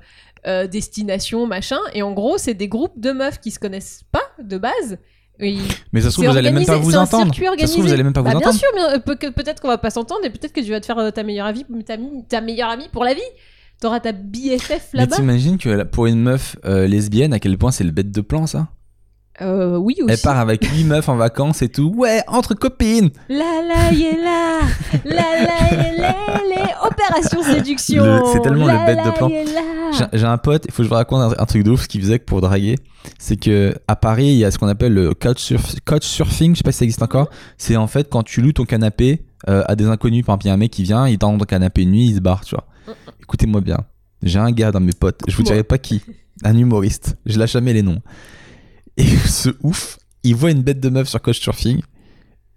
A: euh, destinations, machin. Et en gros, c'est des groupes de meufs qui se connaissent pas de base. Et ils-
B: Mais ça se trouve,
A: C'est
B: vous allez même pas
A: organisé,
B: vous
A: c'est un
B: entendre.
A: circuit
B: Ça se trouve, vous
A: organisé.
B: allez même pas vous
A: Bah, bien
B: entendre.
A: sûr, mais, euh, peut- que- peut-être qu'on va pas s'entendre et peut-être que tu vas te faire euh, ta meilleure, amie, ta, mi- ta meilleure amie pour la vie. T'auras ta BFF
B: Mais
A: là-bas.
B: t'imagines que pour une meuf euh, lesbienne, à quel point c'est le bête de plan ça
A: Euh, oui aussi.
B: Elle part avec 8 meufs en vacances et tout. Ouais, entre copines
A: La la yéla, la la yéla, les opérations séduction.
B: Le- c'est tellement le
A: La
B: bête de
A: la
B: plan.
A: yéla.
B: J'ai- J'ai un pote, il faut que je vous raconte un, un truc de ouf, ce qu'il faisait pour draguer. C'est que à Paris, il y a ce qu'on appelle le couchsurf- couchsurfing, je sais pas si ça existe encore. C'est en fait quand tu loues ton canapé euh, à des inconnus. Par exemple, il y a un mec qui vient, il dort dans ton canapé une nuit, il se barre, tu vois. Écoutez-moi bien, j'ai un gars dans mes potes, je vous
A: Bon.
B: dirai pas qui, un humoriste, je lâche jamais les noms. Et ce ouf, il voit une bête de meuf sur couchsurfing.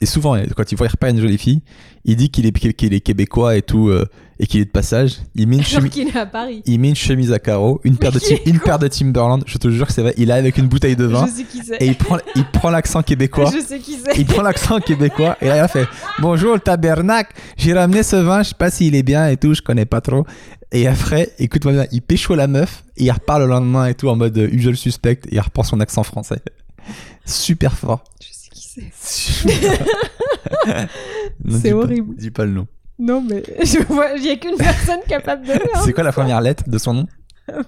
B: Et souvent, quand il voit il repère une jolie fille, il dit qu'il est, qu'il est québécois et tout, euh, et qu'il est de passage. Il met une chemise
A: Alors qu'il est à Paris.
B: il met une chemise à carreaux, une paire de,
A: Mais il
B: Tim- une paire de Timberland, je te jure que c'est vrai, il est avec une bouteille de vin
A: Je sais qui c'est.
B: et il prend il prend l'accent québécois.
A: Je sais qui c'est.
B: Il prend l'accent québécois et là il a fait Bonjour le tabernacle, j'ai ramené ce vin, je sais pas s'il est bien et tout, je connais pas trop. Et après, écoute-moi bien, il pécho la meuf et il repart le lendemain et tout en mode euh, usual suspect et il reprend son accent français. Super fort.
A: Je sais qui c'est.
B: Non,
A: C'est
B: dis pas-
A: horrible.
B: dis pas le nom.
A: Non mais je vois, il y a qu'une personne capable de le faire.
B: C'est quoi la première lettre de son nom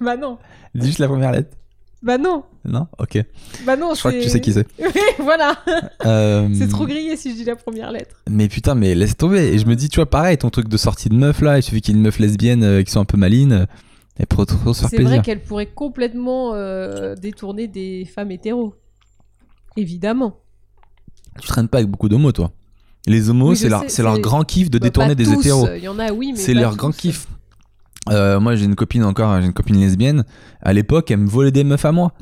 A: Bah non,
B: Dis juste la première lettre.
A: bah non,
B: Non Ok.
A: bah non.
B: Je crois que tu sais qui c'est.
A: Oui, voilà.
B: Euh,
A: C'est trop grillé si je dis la première lettre.
B: Mais putain, mais laisse tomber. Et je me dis, tu vois, pareil, ton truc de sortie de meuf là, il suffit qu'il y ait une meuf lesbienne euh, qui soit un peu maline, euh, elle pourrait trop se faire
A: C'est vrai
B: plaisir.
A: qu'elle pourrait complètement euh, détourner des femmes hétéros. Évidemment.
B: Tu traînes pas avec beaucoup d'homos, toi. Les homos,
A: Oui, je
B: c'est leur,
A: sais,
B: c'est leur
A: c'est-
B: grand kiff de
A: Bah,
B: détourner
A: pas
B: des
A: tous,
B: hétéros.
A: Il y en a, oui, mais
B: C'est
A: pas
B: leur
A: tous.
B: grand kiff. Euh, moi, j'ai une copine encore, j'ai une copine lesbienne. À l'époque, elle me volait des meufs à moi.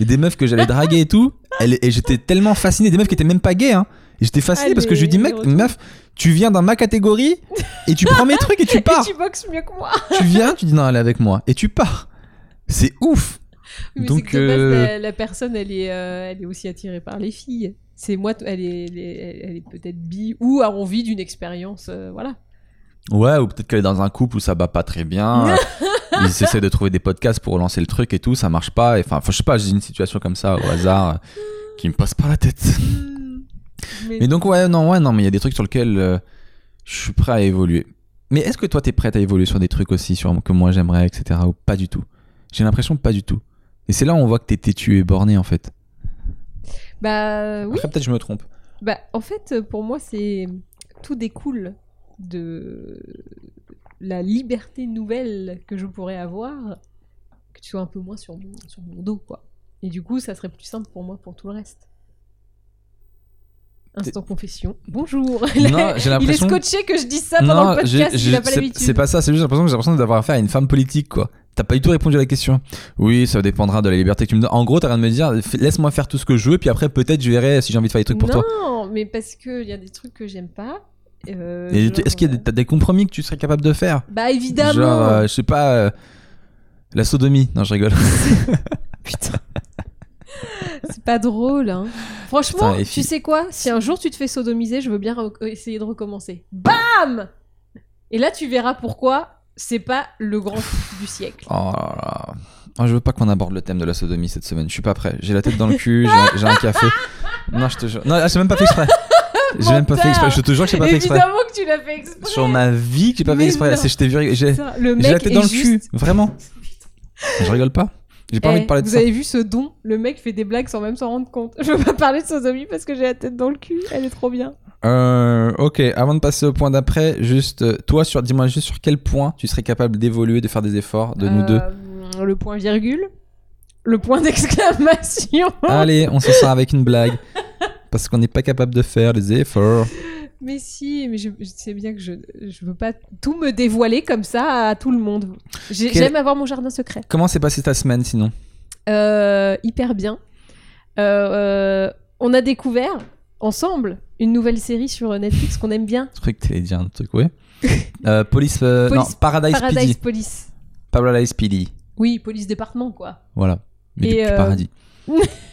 B: Et des meufs que j'allais draguer et tout. Elle, et j'étais tellement fasciné. Des meufs qui étaient même pas gays, hein. Et j'étais fasciné parce que je lui dis,
A: Allez,
B: mec,
A: retourne.
B: meuf, tu viens dans ma catégorie et tu prends mes trucs et tu
A: Et
B: pars.
A: tu boxes mieux que moi.
B: tu viens, tu dis non, elle est avec moi, et tu pars. C'est ouf.
A: Mais
B: Donc,
A: c'est que de base,
B: euh,
A: la, la personne, elle est, euh, elle est aussi attirée par les filles. C'est moi, t- elle est, elle est, elle est peut-être bi ou a envie d'une expérience, euh, voilà.
B: Ouais, ou peut-être qu'elle est dans un couple où ça bat pas très bien. Euh, Ils essaient de trouver des podcasts pour relancer le truc et tout, ça marche pas. Et Enfin, faut- je sais pas, j'ai une situation comme ça au hasard euh, qui me passe par la tête.
A: Mais,
B: Mais donc ouais, non, ouais, non, mais il y a des trucs sur lesquels euh, je suis prêt à évoluer. Mais est-ce que toi t'es prête à évoluer sur des trucs aussi sur que moi j'aimerais, etc. Ou pas du tout J'ai l'impression pas du tout. Et c'est là où on voit que t'es têtu et borné en fait.
A: bah oui,
B: Après peut-être je me trompe.
A: bah en fait, pour moi, c'est tout découle de la liberté nouvelle que je pourrais avoir, que tu sois un peu moins sur mon, sur mon dos, quoi. Et du coup, ça serait plus simple pour moi pour tout le reste. Instant confession. Bonjour.
B: Non, j'ai
A: Il est
B: l'impression.
A: scotché que je dise ça pendant le
B: j'ai-
A: podcast,
B: j'ai-
A: il a pas
B: c'est- c'est
A: l'habitude.
B: pas ça, c'est juste l'impression que j'ai l'impression d'avoir affaire à une femme politique, quoi. T'as pas du tout répondu à la question. Oui, ça dépendra de la liberté que tu me donnes. En gros, t'as rien de me dire, f- laisse-moi faire tout ce que je veux, puis après, peut-être, je verrai si j'ai envie de faire des trucs pour toi.
A: Non, mais parce qu'il y a des trucs que j'aime pas. euh,
B: Et
A: genre,
B: tu- Est-ce qu'il y a
A: euh,
B: des, t'as des compromis que tu serais capable de faire
A: Bah évidemment
B: Genre, euh, je sais pas, euh, la sodomie. Non, je rigole.
A: Putain C'est pas drôle, hein. Franchement,
B: Putain, les
A: tu
B: filles.
A: sais quoi Si un jour tu te fais sodomiser, je veux bien re- essayer de recommencer. BAM Et là, tu verras pourquoi c'est pas le grand kiff du siècle.
B: Oh là là. Oh, je veux pas qu'on aborde le thème de la sodomie cette semaine. Je suis pas prêt. J'ai la tête dans le cul, j'ai- j'ai un café. Non, je te jure. Non, j'ai même pas fait exprès. J'ai même pas fait exprès. Je te jure que j'ai pas fait exprès.
A: Évidemment que tu l'as fait exprès
B: Sur ma vie que j'ai pas
A: Mais
B: fait exprès.
A: non.
B: C'est je t'ai vu. j'ai-
A: Putain, Le mec
B: J'ai la tête
A: est
B: dans le
A: juste...
B: cul, vraiment. Je rigole pas. J'ai pas
A: Eh,
B: envie de parler de
A: vous
B: ça.
A: avez vu ce don Le mec fait des blagues sans même s'en rendre compte. Je veux pas parler de sodomie parce que j'ai la tête dans le cul. Elle est trop bien.
B: Euh, ok, avant de passer au point d'après, juste euh, toi, sur, dis-moi juste sur quel point tu serais capable d'évoluer, de faire des efforts de
A: Euh,
B: nous deux.
A: deux. Le point virgule. Le point d'exclamation.
B: Allez, on se sort avec une blague. Parce qu'on n'est pas capable de faire les efforts.
A: Mais si, mais je, je sais bien que je, je veux pas tout me dévoiler comme ça à tout le monde. J'ai-
B: Quel-
A: J'aime avoir mon jardin secret.
B: Comment s'est passée ta semaine sinon
A: Euh, hyper bien. Euh, euh, on a découvert ensemble une nouvelle série sur Netflix qu'on aime bien.
B: Truc, t'allais dire un truc, ouais. Euh, police, euh,
A: Police-
B: Non, Paradise,
A: Paradise
B: PD.
A: Police.
B: Paradise PD.
A: Oui, police département quoi.
B: Voilà. Mais
A: Et
B: depuis
A: euh,
B: paradis.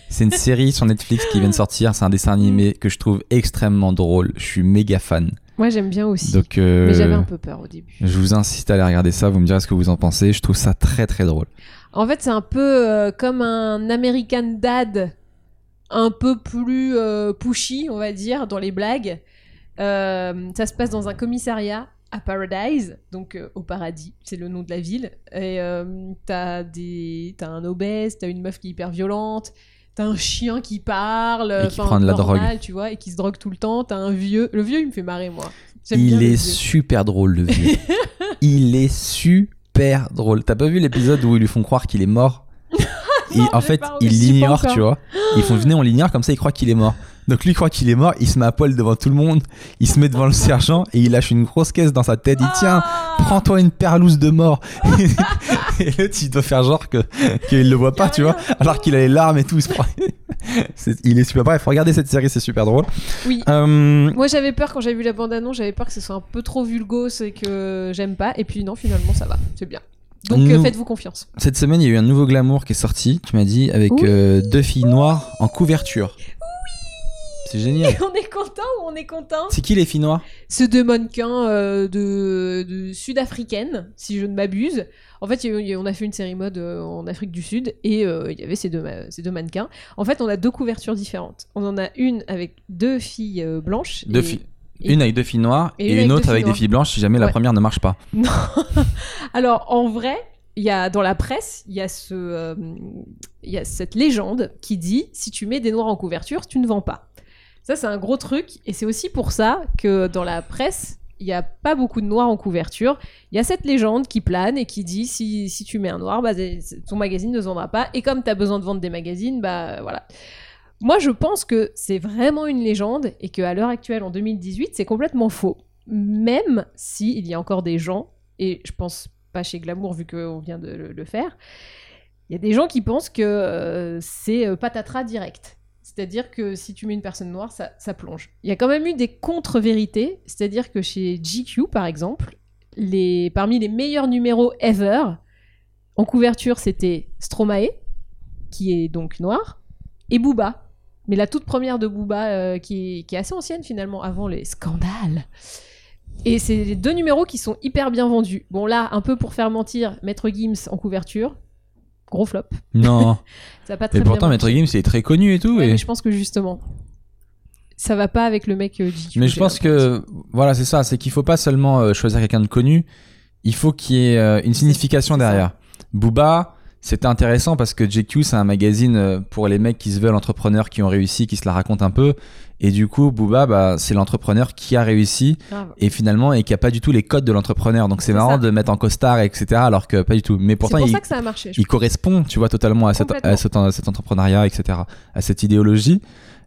B: c'est une série sur Netflix qui vient de sortir. C'est un dessin
A: Mm.
B: animé que je trouve extrêmement drôle. Je suis méga fan.
A: Moi j'aime bien aussi.
B: Donc, euh,
A: Mais j'avais un peu peur au début.
B: je vous incite à aller regarder ça. Vous me direz ce que vous en pensez. Je trouve ça très très drôle.
A: En fait, c'est un peu euh, comme un American Dad, un peu plus euh, pushy, on va dire, dans les blagues. Euh, ça se passe dans un commissariat à Paradise, donc euh, au paradis, c'est le nom de la ville. Et euh, t'as des, t'as un obèse, t'as une meuf qui est hyper violente, t'as T'as un chien qui parle,
B: Et qui
A: enfin,
B: prend de la
A: normal, tu vois, et qui se drogue tout le temps. T'as un vieux. Le vieux, il me fait marrer, moi. J'aime bien
B: Il
A: le
B: est
A: vieux.
B: super drôle, le vieux. il est super drôle. T'as pas vu l'épisode où ils lui font croire qu'il est mort Et En
A: j'ai
B: fait,
A: pas-
B: ils
A: je suis pas
B: l'ignorent,
A: encore.
B: tu vois. Ils font venez, on l'ignore, comme ça, il croit qu'il est mort. Donc lui, il croit qu'il est mort, il se met à poil devant tout le monde, il se met devant le sergent et il lâche une grosse caisse dans sa tête. Il dit, tiens,
A: Ah
B: prends-toi une perlouse de mort. et l'autre, il doit faire genre que qu'il le voit
A: Y a
B: pas, tu
A: rien.
B: vois. Alors qu'il a les larmes et tout. Il, se prend- C'est- il est super. Bref, regardez cette série, c'est super drôle.
A: Oui.
B: Euh,
A: Moi, j'avais peur quand j'avais vu la bande-annonce, j'avais peur que ce soit un peu trop vulgose et que j'aime pas. Et puis non, finalement, ça va, c'est bien. Donc euh,
B: Nous-
A: faites-vous confiance.
B: cette semaine, il y a eu un nouveau glamour qui est sorti, tu m'as dit, avec
A: Oui.
B: euh, deux filles noires en couverture. C'est génial.
A: on est content ou on est content
B: C'est qui les filles noires
A: Ceux deux mannequins euh, de, de sud-africaines, si je ne m'abuse. En fait, il y a eu- il y a- on a fait une série mode euh, en Afrique du Sud et euh, il y avait ces deux, ma- ces deux mannequins. En fait, on a deux couvertures différentes. On en a une avec deux filles euh, blanches.
B: Deux
A: et-
B: filles.
A: et-
B: Une avec deux filles noires
A: et
B: et,
A: une
B: une
A: avec
B: autre
A: deux
B: avec
A: filles
B: des filles blanches si jamais la
A: Ouais.
B: première ne marche pas.
A: Non. Alors, en vrai, il y a, dans la presse, il y, a ce, euh, il y a cette légende qui dit si tu mets des noirs en couverture, tu ne vends pas. Ça, c'est un gros truc. Et c'est aussi pour ça que dans la presse, il n'y a pas beaucoup de noirs en couverture. Il y a cette légende qui plane et qui dit si, si tu mets un noir, bah, c'est- ton magazine ne se vendra pas. Et comme tu as besoin de vendre des magazines, bah voilà. Moi, je pense que c'est vraiment une légende et qu'à l'heure actuelle, en 2018, c'est complètement faux. Même s'il il y a encore des gens et je pense pas chez Glamour vu qu'on vient de le, le faire, il y a des gens qui pensent que euh, c'est euh, patatras direct. C'est-à-dire que si tu mets une personne noire, ça, ça plonge. Il y a quand même eu des contre-vérités, c'est-à-dire que chez GQ, par exemple, les, parmi les meilleurs numéros ever, en couverture, c'était Stromae, qui est donc noir, et Booba. Mais la toute première de Booba, euh, qui, est- qui est assez ancienne finalement, avant les scandales. Et c'est les deux numéros qui sont hyper bien vendus. Bon, là, un peu pour faire mentir, Maître Gims en couverture, gros flop.
B: Non.
A: Ça a pas très
B: et
A: bien
B: pourtant, Maître Gims, il est très connu et tout.
A: Ouais,
B: et...
A: mais je pense que justement, ça va pas avec le mec euh, GQ,
B: Mais je
A: j'ai
B: pense
A: l'impression.
B: que voilà, c'est ça, c'est qu'il faut pas seulement euh, choisir quelqu'un de connu, il faut qu'il y ait euh, une signification
A: c'est ça.
B: derrière. Booba, c'était intéressant parce que JQ, c'est un magazine euh, pour les mecs qui se veulent entrepreneurs, qui ont réussi, qui se la racontent un peu. Et du coup, Booba, bah, c'est l'entrepreneur qui a réussi
A: Grave.
B: et finalement, et qui a pas du tout les codes de l'entrepreneur. Donc c'est
A: C'est
B: marrant
A: ça.
B: de mettre en costard, etc. Alors que pas du tout. Mais
A: C'est
B: pourtant,
A: pour
B: il,
A: ça que ça a marché. je
B: il correspond, tu vois, totalement à, cette,
A: Complètement.
B: à, cet, à cet entrepreneuriat, etc., à cette idéologie.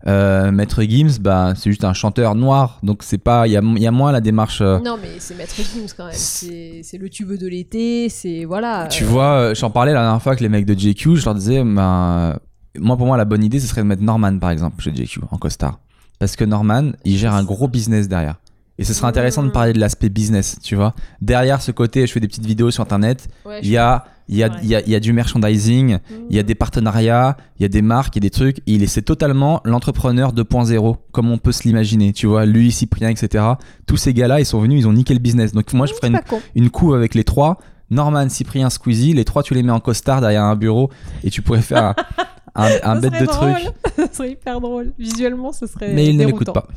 B: Euh, Maître Gims, bah, c'est juste un chanteur noir, donc c'est pas, il y a, il y a moins la démarche. euh,
A: Non, mais c'est Maître Gims quand même. C'est c'est le tube de l'été, c'est. Voilà.
B: Tu
A: euh,
B: vois, euh, j'en parlais la dernière fois avec les mecs de JQ, je leur disais, ben, euh, moi pour moi la bonne idée, ce serait de mettre Norman par exemple chez JQ en costard, parce que Norman, il gère un gros business derrière. Et ce serait intéressant de
A: Mhm.
B: parler de l'aspect business, tu vois. Derrière ce côté, je fais des petites vidéos sur internet,
A: ouais,
B: il y a, il y, a,
A: Ouais.
B: il y, a, il y a du merchandising,
A: je-
B: Il y a des partenariats, il y a des marques, il y a des trucs. Il est, c'est totalement l'entrepreneur 2.0, comme on peut se l'imaginer. Tu vois, lui, Cyprien, etc. Tous ces gars-là, ils sont venus, ils ont niqué le business. Donc moi, je
A: C'est
B: ferais une,
A: pas con.
B: une couve avec les trois. Norman, Cyprien, Squeezie, les trois, tu les mets en costard derrière un bureau et tu pourrais faire un, un- un
A: Ça
B: bête
A: serait
B: de
A: drôle.
B: trucs.
A: ça serait hyper drôle. Visuellement, ce serait.
B: Mais ils ne
A: déroutant.
B: l'écoutent pas.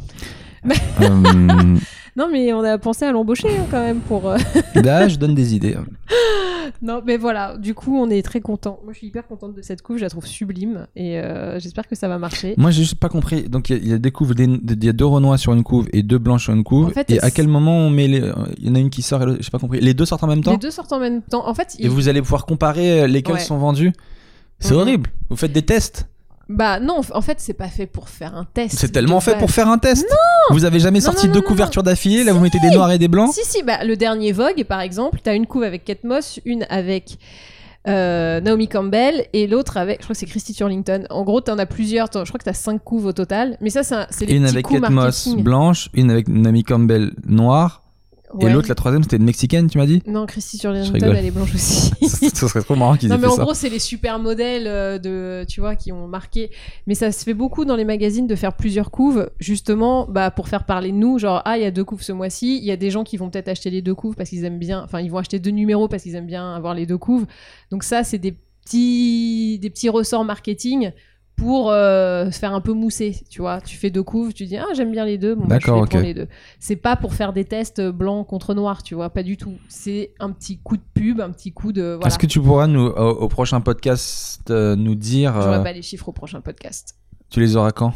B: Euh,
A: Non, mais on a pensé à l'embaucher hein, quand même pour. euh,
B: là, je donne des idées.
A: Non, mais voilà. Du coup, on est très content. Moi, je suis hyper contente de cette couve. Je la trouve sublime et euh, j'espère que ça va marcher.
B: Moi, j'ai juste pas compris. Donc, il y a- il y, a des couves, des- des- il y a deux renois sur une couve et deux blancs sur une couve.
A: En fait,
B: et à
A: c'est-
B: quel moment on met les. euh, Il y en a une qui sort et l'autre, j'ai pas compris. Les deux sortent en même temps
A: Les deux sortent en même temps. En fait,
B: Et
A: ils-
B: vous allez pouvoir comparer euh, lesquels
A: Ouais.
B: sont vendus. C'est
A: Mhm.
B: horrible. Vous faites des tests.
A: Bah non, en fait, c'est pas fait pour faire un test.
B: C'est tellement
A: de
B: fait
A: base.
B: pour faire un test. vous avez jamais
A: Non,
B: sorti
A: non,
B: deux
A: non, non,
B: couvertures d'affilée. Là, vous mettez des noirs et des blancs.
A: Si, si, bah, le dernier Vogue, par exemple, t'as une couve avec Kate Moss, une avec euh, Naomi Campbell et l'autre avec, je crois que c'est Christy Turlington. En gros, t'en as plusieurs, t'en- je crois que t'as cinq couves au total, mais ça, c'est un- c'est les
B: Une
A: petits
B: avec
A: coups
B: Kate Moss
A: marketing.
B: blanche, une avec Naomi Campbell noire, et
A: Ouais.
B: l'autre, la troisième, c'était une mexicaine, tu m'as dit
A: Non, Christy Turlington,
B: rigole.
A: elle est blanche aussi.
B: Ce serait trop marrant qu'ils
A: Non
B: aient
A: mais
B: fait
A: en
B: ça.
A: gros c'est les supermodèles euh, de tu vois qui ont marqué mais ça se fait beaucoup dans les magazines de faire plusieurs couves justement bah pour faire parler de nous genre ah il y a deux couves ce mois-ci il y a des gens qui vont peut-être acheter les deux couves parce qu'ils aiment bien enfin ils vont acheter deux numéros parce qu'ils aiment bien avoir les deux couves donc ça c'est des petits des petits ressorts marketing pour euh, se faire un peu mousser, tu vois. Tu fais deux couves, tu dis ah j'aime bien les deux, bon, bah, je
B: D'accord,
A: vais prendre
B: ok.
A: les deux. C'est pas pour faire des tests blanc contre noir, tu vois, pas du tout. C'est un petit coup de pub, un petit coup de voilà.
B: Est-ce que tu pourras nous, au, au prochain podcast euh, nous dire
A: J'aurai
B: euh,
A: pas les chiffres au prochain podcast.
B: Tu les auras quand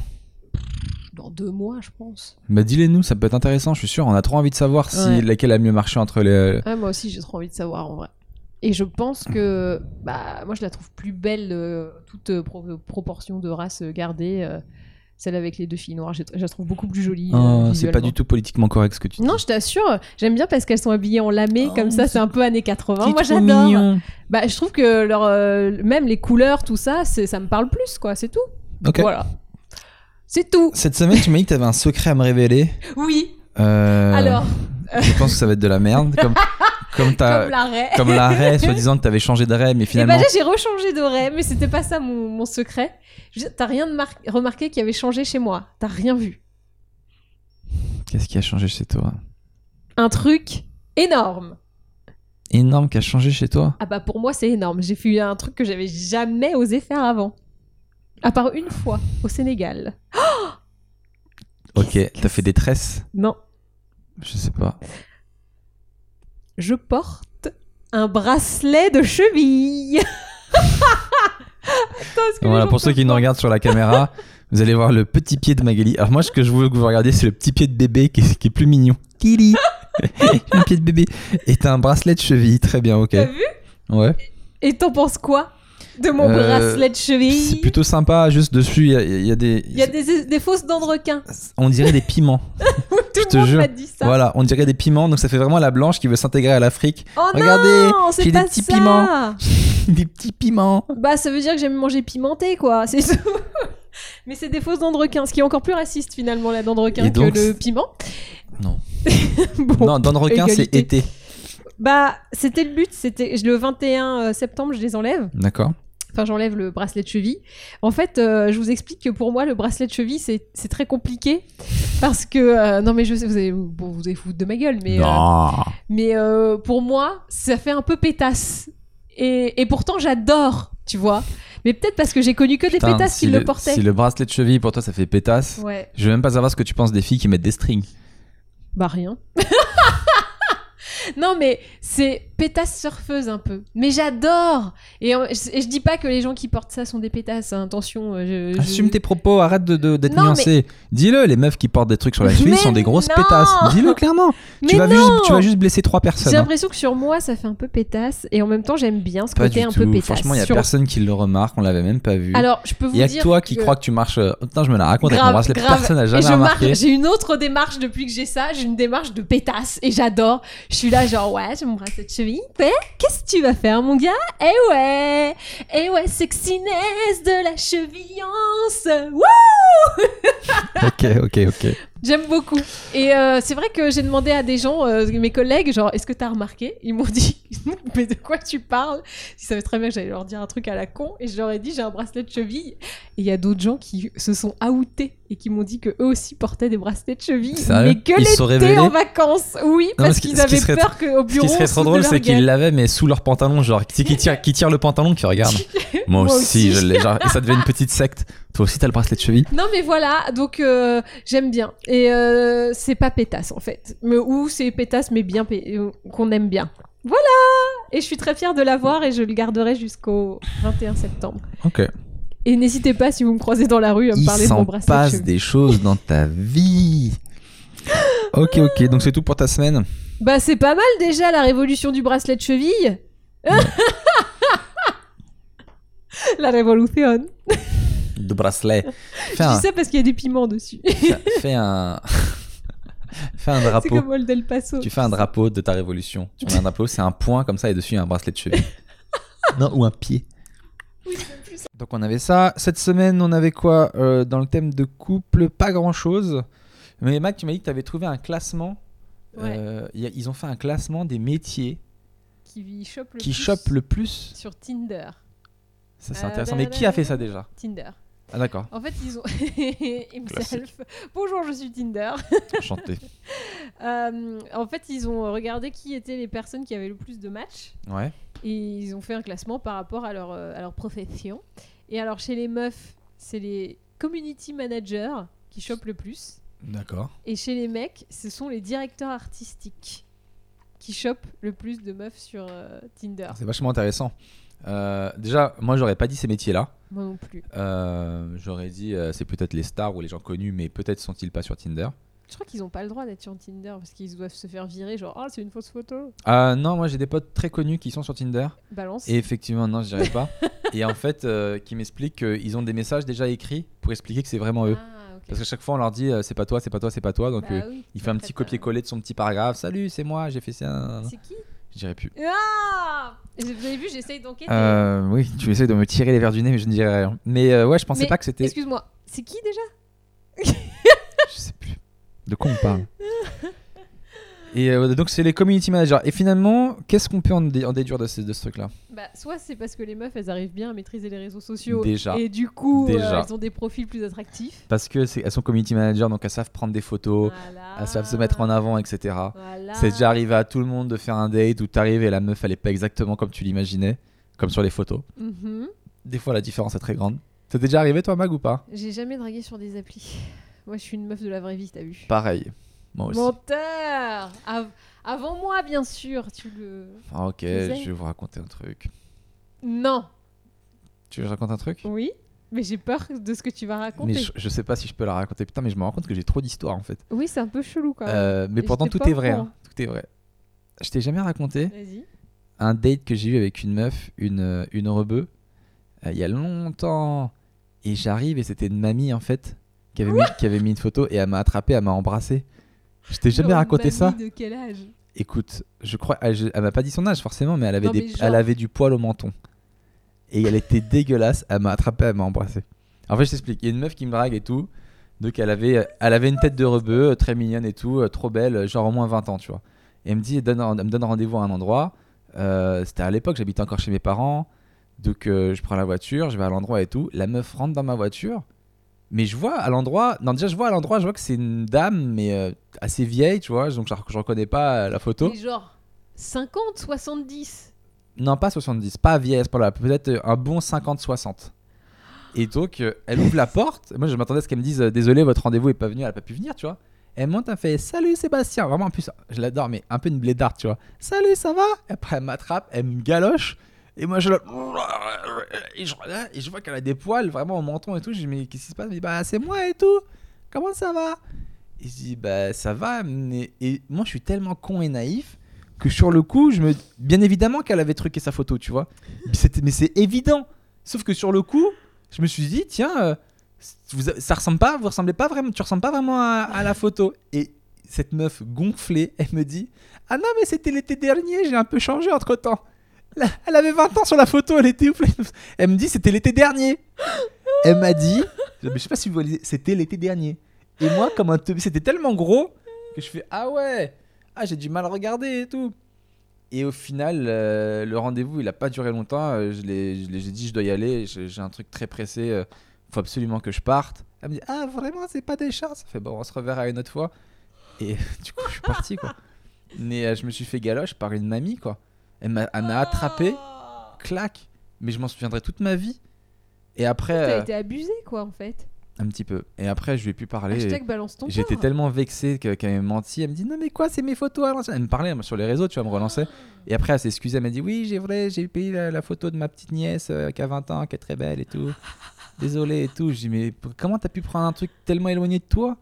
A: Dans deux mois, je pense.
B: Bah dis-les nous, ça peut être intéressant, je suis sûr. On a trop envie de savoir si
A: Ouais.
B: laquelle a mieux marché entre les. euh,
A: Ouais, moi aussi, j'ai trop envie de savoir en vrai. Et je pense que bah moi je la trouve plus belle euh, toute euh, pro- proportion de race euh, gardée euh, celle avec les deux filles noires, je, je la trouve beaucoup plus jolie.
B: Ah,
A: euh,
B: c'est pas
A: visuellement.
B: du tout politiquement correct ce que tu dis.
A: Non, je t'assure, j'aime bien parce qu'elles sont habillées en lamé
B: Oh,
A: comme ça,
B: c'est
A: c'est un peu années 80.
B: C'est
A: Moi
B: trop
A: j'adore.
B: mignon.
A: Bah je trouve que leur euh, même les couleurs tout ça, c'est ça me parle plus quoi, c'est tout.
B: Ok.
A: Voilà. C'est tout.
B: Cette semaine, tu m'as dit que t'avais un secret à me révéler.
A: Oui.
B: Euh,
A: Alors,
B: Je pense que ça va être de la merde. Comme, comme, t'as-
A: comme l'arrêt.
B: euh, comme l'arrêt, soi-disant que t'avais changé d'arrêt, mais
A: Et
B: finalement.
A: bah là, j'ai rechangé d'oreille, mais c'était pas ça mon, mon secret. Je veux dire, T'as rien de mar- remarqué qui avait changé chez moi. T'as rien vu.
B: Qu'est-ce qui a changé chez toi
A: Un truc énorme.
B: Énorme qui a changé chez toi
A: Ah bah pour moi, c'est énorme. J'ai fait un truc que j'avais jamais osé faire avant. À part une fois, au Sénégal.
B: Ok,
A: Qu'est-ce que
B: t'as fait des tresses
A: Non,
B: Je sais pas.
A: je porte un bracelet de cheville. Attends, est-ce que les
B: Voilà,
A: gens
B: pour ceux
A: peuvent
B: qui nous
A: voir
B: regardent sur la caméra, vous allez voir le petit pied de Magali. Alors moi, ce que je veux que vous regardiez, c'est le petit pied de bébé qui est, qui est plus mignon. Kili Le pied de bébé. Et t'as un bracelet de cheville, très bien, ok.
A: T'as vu
B: Ouais.
A: Et t'en penses quoi de mon
B: Euh,
A: bracelet de
B: C'est
A: cheville
B: plutôt sympa, juste dessus, il y a, il y a des...
A: Il y a des, des fausses dents de requin.
B: On dirait des piments.
A: Tout
B: te
A: le monde
B: jure.
A: m'a dit ça.
B: Voilà, on dirait des piments, donc ça fait vraiment la blanche qui veut s'intégrer à l'Afrique.
A: Oh
B: Regardez,
A: non,
B: j'ai
A: c'est
B: des
A: pas
B: petits
A: ça.
B: piments. des petits piments.
A: Bah, ça veut dire que j'aime manger pimenté, quoi. C'est tout. Mais c'est des fausses dents de requin, ce qui est encore plus raciste finalement, la dent de requin
B: Et donc,
A: que le
B: c'est-
A: piment.
B: Non.
A: Bon.
B: non, dans le requin, c'est
A: égalité.
B: été.
A: Bah, c'était le but. C'était le 21 euh, septembre, je les enlève.
B: D'accord.
A: Enfin, j'enlève le bracelet de cheville. En fait, euh, je vous explique que pour moi, le bracelet de cheville, c'est c'est très compliqué parce que euh, non, mais je sais, vous allez, bon, vous allez foutre de ma gueule, mais euh,
B: non.
A: Mais euh, pour moi, ça fait un peu pétasse. Et, et pourtant, j'adore, tu vois. Mais peut-être parce que j'ai connu que des
B: Putain,
A: pétasses
B: si
A: qui le, portaient.
B: Si le bracelet de cheville pour toi ça fait pétasse,
A: Ouais,
B: je veux même pas savoir ce que tu penses des filles qui mettent des strings.
A: bah rien. non, mais c'est pétasse surfeuse un peu. Mais j'adore. Et, euh, je- et je dis pas que les gens qui portent ça sont des pétasses. hein, Attention, euh, je, je-
B: Assume tes propos, arrête de- de- d'être
A: Non,
B: nuancé. Dis-le, les meufs qui portent des trucs sur la cheville
A: Mais
B: sont des grosses
A: non
B: pétasses. Dis-le clairement.
A: Mais
B: tu, vas
A: non
B: juste, tu vas juste blesser trois personnes.
A: J'ai
B: hein.
A: l'impression que sur moi, ça fait un peu pétasse. Et en même temps, j'aime bien ce
B: Pas
A: côté
B: du
A: un
B: tout.
A: peu pétasse.
B: Franchement, il y a
A: Sur-
B: personne qui le remarque, on l'avait même pas vu.
A: Alors, je peux vous
B: Il y a que
A: dire
B: toi qui crois que tu marches. euh, oh, putain, je me la raconte avec
A: Grave,
B: mon bracelet.
A: grave.
B: Personne n'a
A: Et
B: jamais
A: je marque,
B: remarqué.
A: j'ai une autre démarche depuis que j'ai ça, j'ai une démarche de pétasse et j'adore. Je suis là genre ouais, je m'embrasse cette cheville. Ouais, qu'est-ce que tu vas faire mon gars Eh ouais, eh ouais, sexiness de la chevillance. Wouh
B: ok, ok, ok.
A: J'aime beaucoup. Et euh, c'est vrai que j'ai demandé à des gens, euh, mes collègues, genre est-ce que t'as remarqué Ils m'ont dit mais de quoi tu parles Ils savaient très bien que j'allais leur dire un truc à la con et je leur ai dit j'ai un bracelet de cheville. Et il y a d'autres gens qui se sont outés et qui m'ont dit que eux aussi portaient des bracelets de cheville,
B: Sérieux
A: mais que
B: Ils se sont
A: l'été
B: révélés
A: en vacances. Oui, parce
B: ce qui-
A: qu'ils
B: ce qui
A: avaient
B: serait
A: peur qu'au
B: Ce
A: bureau.
B: qui serait
A: on
B: trop
A: se
B: drôle,
A: de leur
B: c'est qu'ils
A: gueule.
B: l'avaient, mais sous leur pantalon. Genre, qui, qui, tire, qui tire le pantalon, qui regarde. Moi,
A: Moi
B: aussi,
A: aussi.
B: je l'ai. Genre, et ça devait une petite secte. Toi aussi, t'as le bracelet de cheville.
A: Non mais voilà, donc euh, j'aime bien et euh, c'est pas pétasse en fait, mais ou c'est pétasse mais bien pé- euh, qu'on aime bien. Voilà. Et je suis très fière de l'avoir et je le garderai jusqu'au 21 septembre.
B: Ok.
A: Et n'hésitez pas si vous me croisez dans la rue à me
B: Il
A: parler de mon
B: s'en
A: bracelet. de
B: passe
A: cheville.
B: des choses dans ta vie. Ok, ok. Donc, c'est tout pour ta semaine.
A: Bah c'est pas mal déjà la révolution du bracelet de cheville. la révolution.
B: De bracelet. Fais
A: Je
B: un,
A: dis ça parce qu'il y a des piments dessus.
B: fais- fais un, fais un
A: c'est
B: drapeau.
A: comme Old El Paso.
B: Tu fais un drapeau de ta révolution. Tu mets un drapeau, c'est un point comme ça et dessus il y a un bracelet de cheville. non, ou un pied. Donc on avait ça. Cette semaine, on avait quoi euh, dans le thème de couple Pas grand chose. Mais Mac, tu m'as dit que tu avais trouvé un classement.
A: Ouais.
B: Euh, y a- ils ont fait un classement des métiers
A: Qui chope le
B: qui
A: plus
B: chopent le plus.
A: sur Tinder.
B: Ça, c'est
A: Euh,
B: intéressant. Mais qui a fait ça déjà
A: Tinder.
B: Ah, d'accord.
A: En fait, ils ont himself. Bonjour, je suis Tinder.
B: Enchanté.
A: Euh, en fait, ils ont regardé qui étaient les personnes qui avaient le plus de matchs
B: Ouais.
A: et ils ont fait un classement par rapport à leur, euh, à leur profession. Et alors, chez les meufs, c'est les community managers qui chopent le plus.
B: D'accord.
A: Et chez les mecs, ce sont les directeurs artistiques qui chopent le plus de meufs sur euh, Tinder.
B: C'est vachement intéressant. Euh, déjà, moi, j'aurais pas dit ces métiers-là.
A: Moi non plus.
B: Euh, j'aurais dit, euh, c'est peut-être les stars ou les gens connus, mais peut-être sont-ils pas sur Tinder.
A: Je crois qu'ils n'ont pas le droit d'être sur Tinder parce qu'ils doivent se faire virer, genre, ah, c'est une fausse photo.
B: Euh, non, moi, j'ai des potes très connus qui sont sur Tinder.
A: Balance.
B: Et effectivement, non, je dirais pas. Et en fait, euh, qui m'expliquent qu'ils ont des messages déjà écrits pour expliquer que c'est vraiment eux.
A: Ah, ok.
B: Parce qu'à chaque fois, on leur dit, euh, c'est pas toi, c'est pas toi, c'est pas toi. Donc,
A: Bah
B: euh,
A: oui,
B: il fait un
A: après,
B: petit
A: t'as-
B: copier-coller hein. de son petit paragraphe. Salut, c'est moi, j'ai fait ça. nanana.
A: C'est qui
B: Je dirais plus.
A: Ah Vous avez vu, j'essaye d'enquêter.
B: Euh, oui, tu essayes de me tirer les verres du nez, mais je ne dirais rien. Mais euh, ouais, je pensais
A: Mais
B: pas que c'était.
A: Excuse-moi, c'est qui déjà
B: Je sais plus. De quoi on parle Et euh, donc, c'est les community managers. Et finalement, qu'est-ce qu'on peut en, dé- en déduire de, ce- de ce truc-là
A: Bah, soit c'est parce que les meufs, elles arrivent bien à maîtriser les réseaux sociaux.
B: Déjà.
A: Et du coup, euh,
B: Déjà.
A: elles ont des profils plus attractifs.
B: Parce que c'est- elles sont community managers, donc elles savent prendre des photos,
A: Voilà.
B: Oh, elles savent se mettre en avant, etc.
A: Voilà.
B: C'est déjà arrivé à tout le monde de faire un date où t'arrives et la meuf elle est pas exactement comme tu l'imaginais, comme sur les photos.
A: Mhm.
B: Des fois la différence est très grande. Ça t'est déjà arrivé toi Mag ou pas
A: J'ai jamais dragué sur des applis. Moi, je suis une meuf de la vraie vie, t'as vu
B: Pareil. Moi aussi.
A: Menteur Av- Avant moi, bien sûr, tu le...
B: Ah, ok,
A: sais.
B: je vais vous raconter un truc.
A: Non
B: Tu veux que je raconte un truc
A: Oui mais j'ai peur de ce que tu vas raconter.
B: Mais je, je sais pas si je peux la raconter. Putain, mais je me rends compte que j'ai trop d'histoires en fait.
A: Oui, c'est un peu chelou quand même.
B: Euh, mais
A: Et
B: pourtant
A: j'étais
B: tout
A: pas
B: est
A: au
B: vrai.
A: courant.
B: hein. Tout est vrai. Je t'ai jamais raconté
A: Vas-y.
B: un date que j'ai eu avec une meuf, une, une rebeu, euh, il y a longtemps. Et j'arrive et c'était une mamie en fait qui avait, mis, qui avait mis une photo et elle m'a attrapé, elle m'a embrassé. Je t'ai jamais
A: Genre,
B: raconté
A: mamie
B: ça.
A: De quel âge
B: Écoute, je crois, elle, je- elle m'a pas dit son âge forcément, mais elle avait,
A: Non,
B: des,
A: mais genre-
B: elle avait du poil au menton. Et elle était dégueulasse, elle m'a attrapé, elle m'a embrassé. En fait, je t'explique, il y a une meuf qui me drague et tout. Donc elle avait, elle avait une tête de rebeu, euh, très mignonne et tout, euh, trop belle, euh, genre au moins 20 ans, tu vois. Et elle me dit, donne, elle me donne rendez-vous à un endroit. Euh, C'était à l'époque, j'habitais encore chez mes parents. Donc euh, je prends la voiture, je vais à l'endroit et tout. La meuf rentre dans ma voiture. Mais je vois à l'endroit, non déjà je vois à l'endroit, je vois que c'est une dame, mais euh, assez vieille, tu vois, donc je, je reconnais pas euh, la photo.
A: Mais genre 50, 70
B: Non, pas 70, pas vieille à ce point-là, peut-être un bon 50-60. Et donc, euh, elle ouvre la porte. Moi, je m'attendais à ce qu'elle me dise euh, Désolé, votre rendez-vous est pas venu, elle a pas pu venir, tu vois. Elle monte, elle fait Salut Sébastien. Vraiment, en plus, je l'adore, mais un peu une blédarde, tu vois. Salut, ça va Et Après, elle m'attrape, elle me galoche. Et moi, je la- Et je, et je vois qu'elle a des poils vraiment au menton et tout. Je dis Mais qu'est-ce qui se passe Elle me dit Bah, c'est moi et tout. Comment ça va Et je dis Bah, ça va. Mais... Et moi, je suis tellement con et naïf que sur le coup, je me. Bien évidemment qu'elle avait truqué sa photo, tu vois. Mais c'était- Mais c'est évident. Sauf que sur le coup, je me suis dit, tiens, euh, vous, ça ressemble pas, vous ressemblez pas vraiment, tu ressembles pas vraiment à, à la photo. Et cette meuf gonflée, elle me dit, ah non, mais c'était l'été dernier, j'ai un peu changé entre temps. Elle avait 20 ans sur la photo, elle était ouf. Elle me dit, c'était l'été dernier. Elle m'a dit, mais je sais pas si vous voyez, c'était l'été dernier. Et moi, comme un teubé, c'était tellement gros que je fais, ah ouais, ah j'ai du mal à regarder et tout. Et au final, euh, le rendez-vous, il a pas duré longtemps. Euh, Je l'ai, je l'ai- j'ai dit, je dois y aller. J'ai j'ai un truc très pressé. euh, faut absolument que je parte. Elle me dit, ah vraiment, c'est pas des chats. Ça fait bon, on se reverra une autre fois. Et du coup, je suis parti quoi. Mais euh, je me suis fait galoche par une mamie quoi. Elle m'a, elle m'a attrapé,
A: Ah.
B: clac. Mais je m'en souviendrai toute ma vie. Et après,
A: T'as
B: euh,
A: été abusé quoi en fait.
B: un petit peu. Et après, je lui ai plus parlé.
A: Hashtag balance ton
B: J'étais
A: porc.
B: tellement vexé que- qu'elle m'a menti. Elle me dit non mais quoi c'est mes photos à l'ancienne. Elle me parlait moi, sur les réseaux, tu vois, elle me relançait. Et après elle s'est excusée, elle m'a dit oui j'ai vrai, j'ai payé la, la photo de ma petite nièce euh, qui a 20 ans, qui est très belle et tout. Désolé et tout. Je dis mais p- comment t'as pu prendre un truc tellement éloigné de toi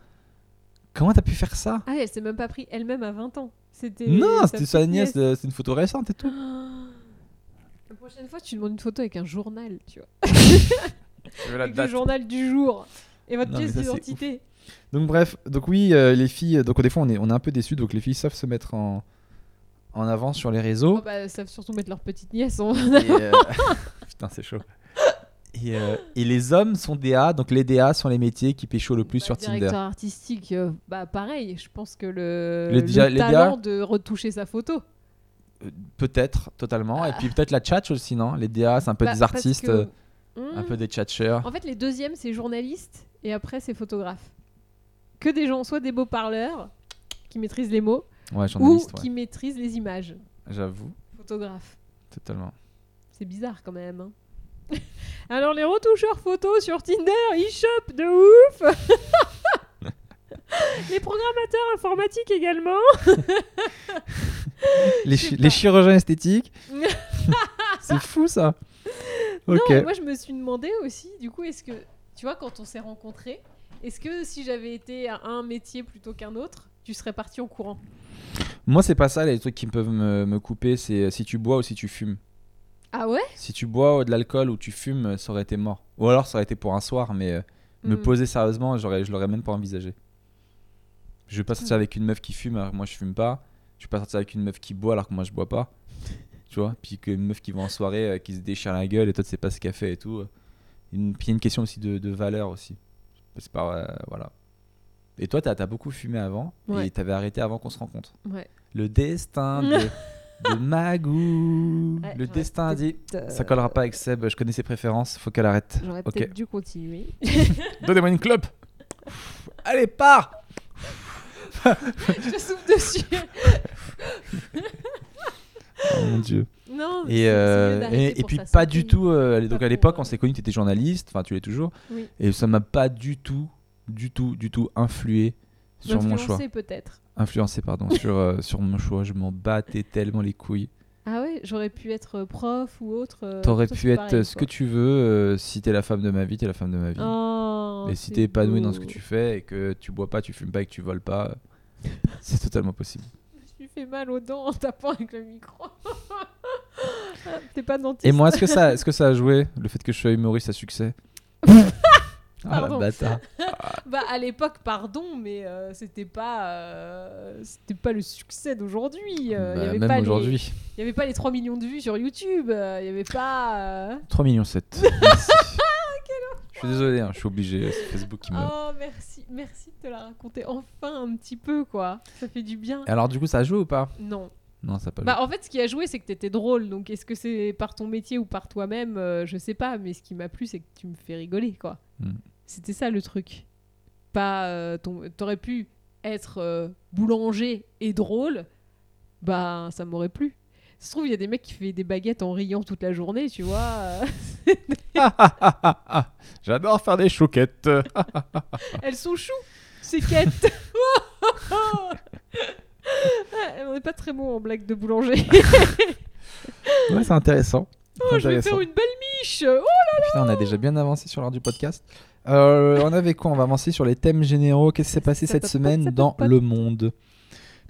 B: Comment t'as pu faire ça
A: Ah, elle s'est même pas pris elle-même à 20 ans. C'était
B: Non
A: sa
B: c'était sa
A: petite
B: nièce, euh, c'est une photo récente et tout.
A: La prochaine fois, tu demandes une photo avec un journal, tu vois.
B: Je veux la
A: Avec le journal du jour et votre
B: Non, mais
A: pièce
B: ça, c'est
A: d'identité.
B: Donc bref, donc oui, euh, les filles, donc des fois on est, on est un peu déçus, donc les filles savent se mettre en, en avant sur les réseaux.
A: Oh, bah, elles savent surtout mettre leur petite nièce en.
B: Et, euh, Putain, c'est chaud. Et, euh, et les hommes sont DA, donc les DA sont les métiers qui pécho le plus
A: Bah,
B: sur
A: directeur
B: Tinder.
A: artistique, euh, bah pareil, je pense que le,
B: Le dia- les
A: talent de retoucher sa photo.
B: Euh, Peut-être, totalement. Et puis peut-être la tchatch aussi, non Les DA, c'est un peu
A: Bah,
B: des
A: parce
B: artistes,
A: que-
B: euh,
A: Hmm.
B: un peu des tchatcheurs.
A: En fait, les deuxièmes, c'est journalistes et après, c'est photographes. Que des gens, soit des beaux parleurs qui maîtrisent les mots
B: Ouais,
A: ou
B: journaliste, ouais.
A: qui maîtrisent les images.
B: J'avoue,
A: Photographe.
B: totalement.
A: C'est bizarre quand même. hein. Alors les retoucheurs photos sur Tinder, ils chopent de ouf Les programmateurs informatiques également
B: Les,
A: sais
B: chi-
A: pas.
B: les chirurgiens esthétiques. c'est fou ça. Ok.
A: Non, moi je me suis demandé aussi, du coup, est-ce que, tu vois, quand on s'est rencontrés, est-ce que si j'avais été à un métier plutôt qu'un autre, tu serais parti en courant
B: Moi, c'est pas ça. Les trucs qui peuvent me, me couper, c'est euh, si tu bois ou si tu fumes.
A: Ah ouais
B: Si tu bois euh, de l'alcool ou tu fumes, euh, ça aurait été mort. Ou alors, ça aurait été pour un soir, mais euh, me
A: Hmm.
B: poser sérieusement, j'aurais, je l'aurais même pas envisagé. Je vais pas
A: Mm.
B: sortir avec une meuf qui fume, alors que moi je fume pas. Je vais pas sortir avec une meuf qui boit, alors que moi je bois pas. tu vois Puis qu'une meuf qui va en soirée, euh, qui se déchire la gueule, et toi tu sais pas ce qu'elle fait et tout. euh. Une, puis il y a une question aussi de, de valeur aussi. C'est pas. euh, voilà. Et toi, t'as as beaucoup fumé avant,
A: Ouais.
B: et t'avais arrêté avant qu'on se rencontre.
A: Ouais.
B: Le destin de, de Magou.
A: Ouais,
B: le
A: j'aurais
B: destin a dit.
A: peut-être,
B: Ça collera pas avec Seb, je connais ses préférences, faut qu'elle arrête.
A: Euh, J'aurais
B: Ok.
A: peut-être dû continuer.
B: Donnez-moi une clope Allez, pars
A: je te souffle dessus
B: Oh mon dieu.
A: Non, mais
B: Et,
A: c'est-
B: euh,
A: c'est mieux d'arrêter
B: et, et
A: pour
B: puis
A: ta
B: pas
A: santé.
B: du tout. euh, donc
A: Pas
B: à
A: pour,
B: l'époque,
A: euh,
B: on s'est connus, tu étais journaliste, enfin tu l'es toujours.
A: Oui.
B: Et ça m'a pas du tout, du tout, du tout influé sur mon choix.
A: M'influencer, peut-être.
B: Influencé, pardon, sur, euh, sur mon choix. Je m'en battais tellement les couilles.
A: Ah ouais, j'aurais pu être prof ou autre. euh,
B: T'aurais
A: ça,
B: pu
A: c'est
B: être
A: pareil,
B: ce
A: quoi.
B: que tu veux. euh, si t'es la femme de ma vie, t'es la femme de ma vie.
A: Oh,
B: et si
A: c'est
B: t'es épanoui dans ce que
A: beau.
B: tu fais et que tu bois pas, tu fumes pas et que tu voles pas, euh, c'est totalement possible.
A: Je lui fais mal aux dents en tapant avec le micro. Ah, T'es pas dentiste.
B: Et moi, est-ce que ça, est-ce que ça a joué le fait que je sois humoriste à succès Ah la
A: Pardon.
B: bâtard.
A: Bah à l'époque, pardon, mais euh, c'était pas, euh, c'était pas le succès d'aujourd'hui. euh, il y
B: Bah,
A: avait pas
B: même
A: les-
B: aujourd'hui.
A: Il y avait pas les 3 millions de vues sur YouTube. euh, Il y avait pas. euh,
B: 3 millions 7. Merci. je suis désolé, hein, je suis obligé. C'est Facebook qui me.
A: Oh merci, merci de te la raconter enfin un petit peu quoi. Ça fait du bien.
B: Alors du coup, ça joue ou pas
A: Non.
B: Non, ça a pas.
A: Bah en fait, ce qui a joué, c'est que t'étais drôle. Donc est-ce que c'est par ton métier ou par toi-même, euh, je sais pas. Mais ce qui m'a plu, c'est que tu me fais rigoler quoi.
B: Mm.
A: C'était ça le truc. Pas euh, ton- t'aurais pu être euh, boulanger et drôle. Bah ça m'aurait plu. Ça se trouve, il y a des mecs qui font des baguettes en riant toute la journée, tu vois. euh,
B: joué. J'adore faire des chouquettes.
A: Elles sont choues, ces quêtes. Ah, On n'est pas très bon en blague de boulanger.
B: ouais, c'est intéressant.
A: Oh, je vais
B: Ah, Intéressant.
A: faire une belle miche. Oh,
B: Putain, on a déjà bien avancé sur l'heure du podcast. Euh, on avait quoi On va avancer sur les thèmes généraux. Qu'est-ce qui s'est passé
A: Ça
B: cette
A: peut pas-
B: semaine
A: ça peut
B: dans
A: pas-
B: le monde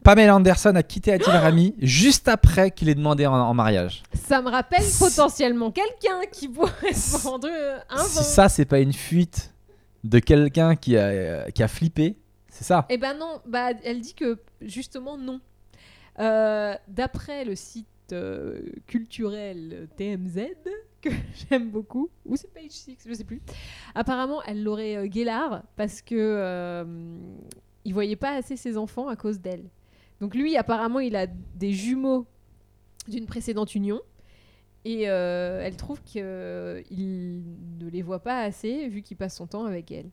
B: Pamela Anderson a quitté Adil Rami juste après qu'il ait demandé en, en mariage.
A: ça me rappelle
B: Si-
A: potentiellement quelqu'un qui pourrait se vendre un
B: Si
A: vent.
B: ça, c'est pas une fuite de quelqu'un qui a, qui a flippé, c'est ça.
A: Eh ben non, bah, elle dit que justement non. Euh, D'après le site euh, culturel TMZ, que j'aime beaucoup, ou c'est Page Six, je sais plus, apparemment elle l'aurait euh, guélard parce que euh, il voyait pas assez ses enfants à cause d'elle. Donc lui, apparemment, il a des jumeaux d'une précédente union. Et euh, elle trouve qu'il ne les voit pas assez vu qu'il passe son temps avec elle.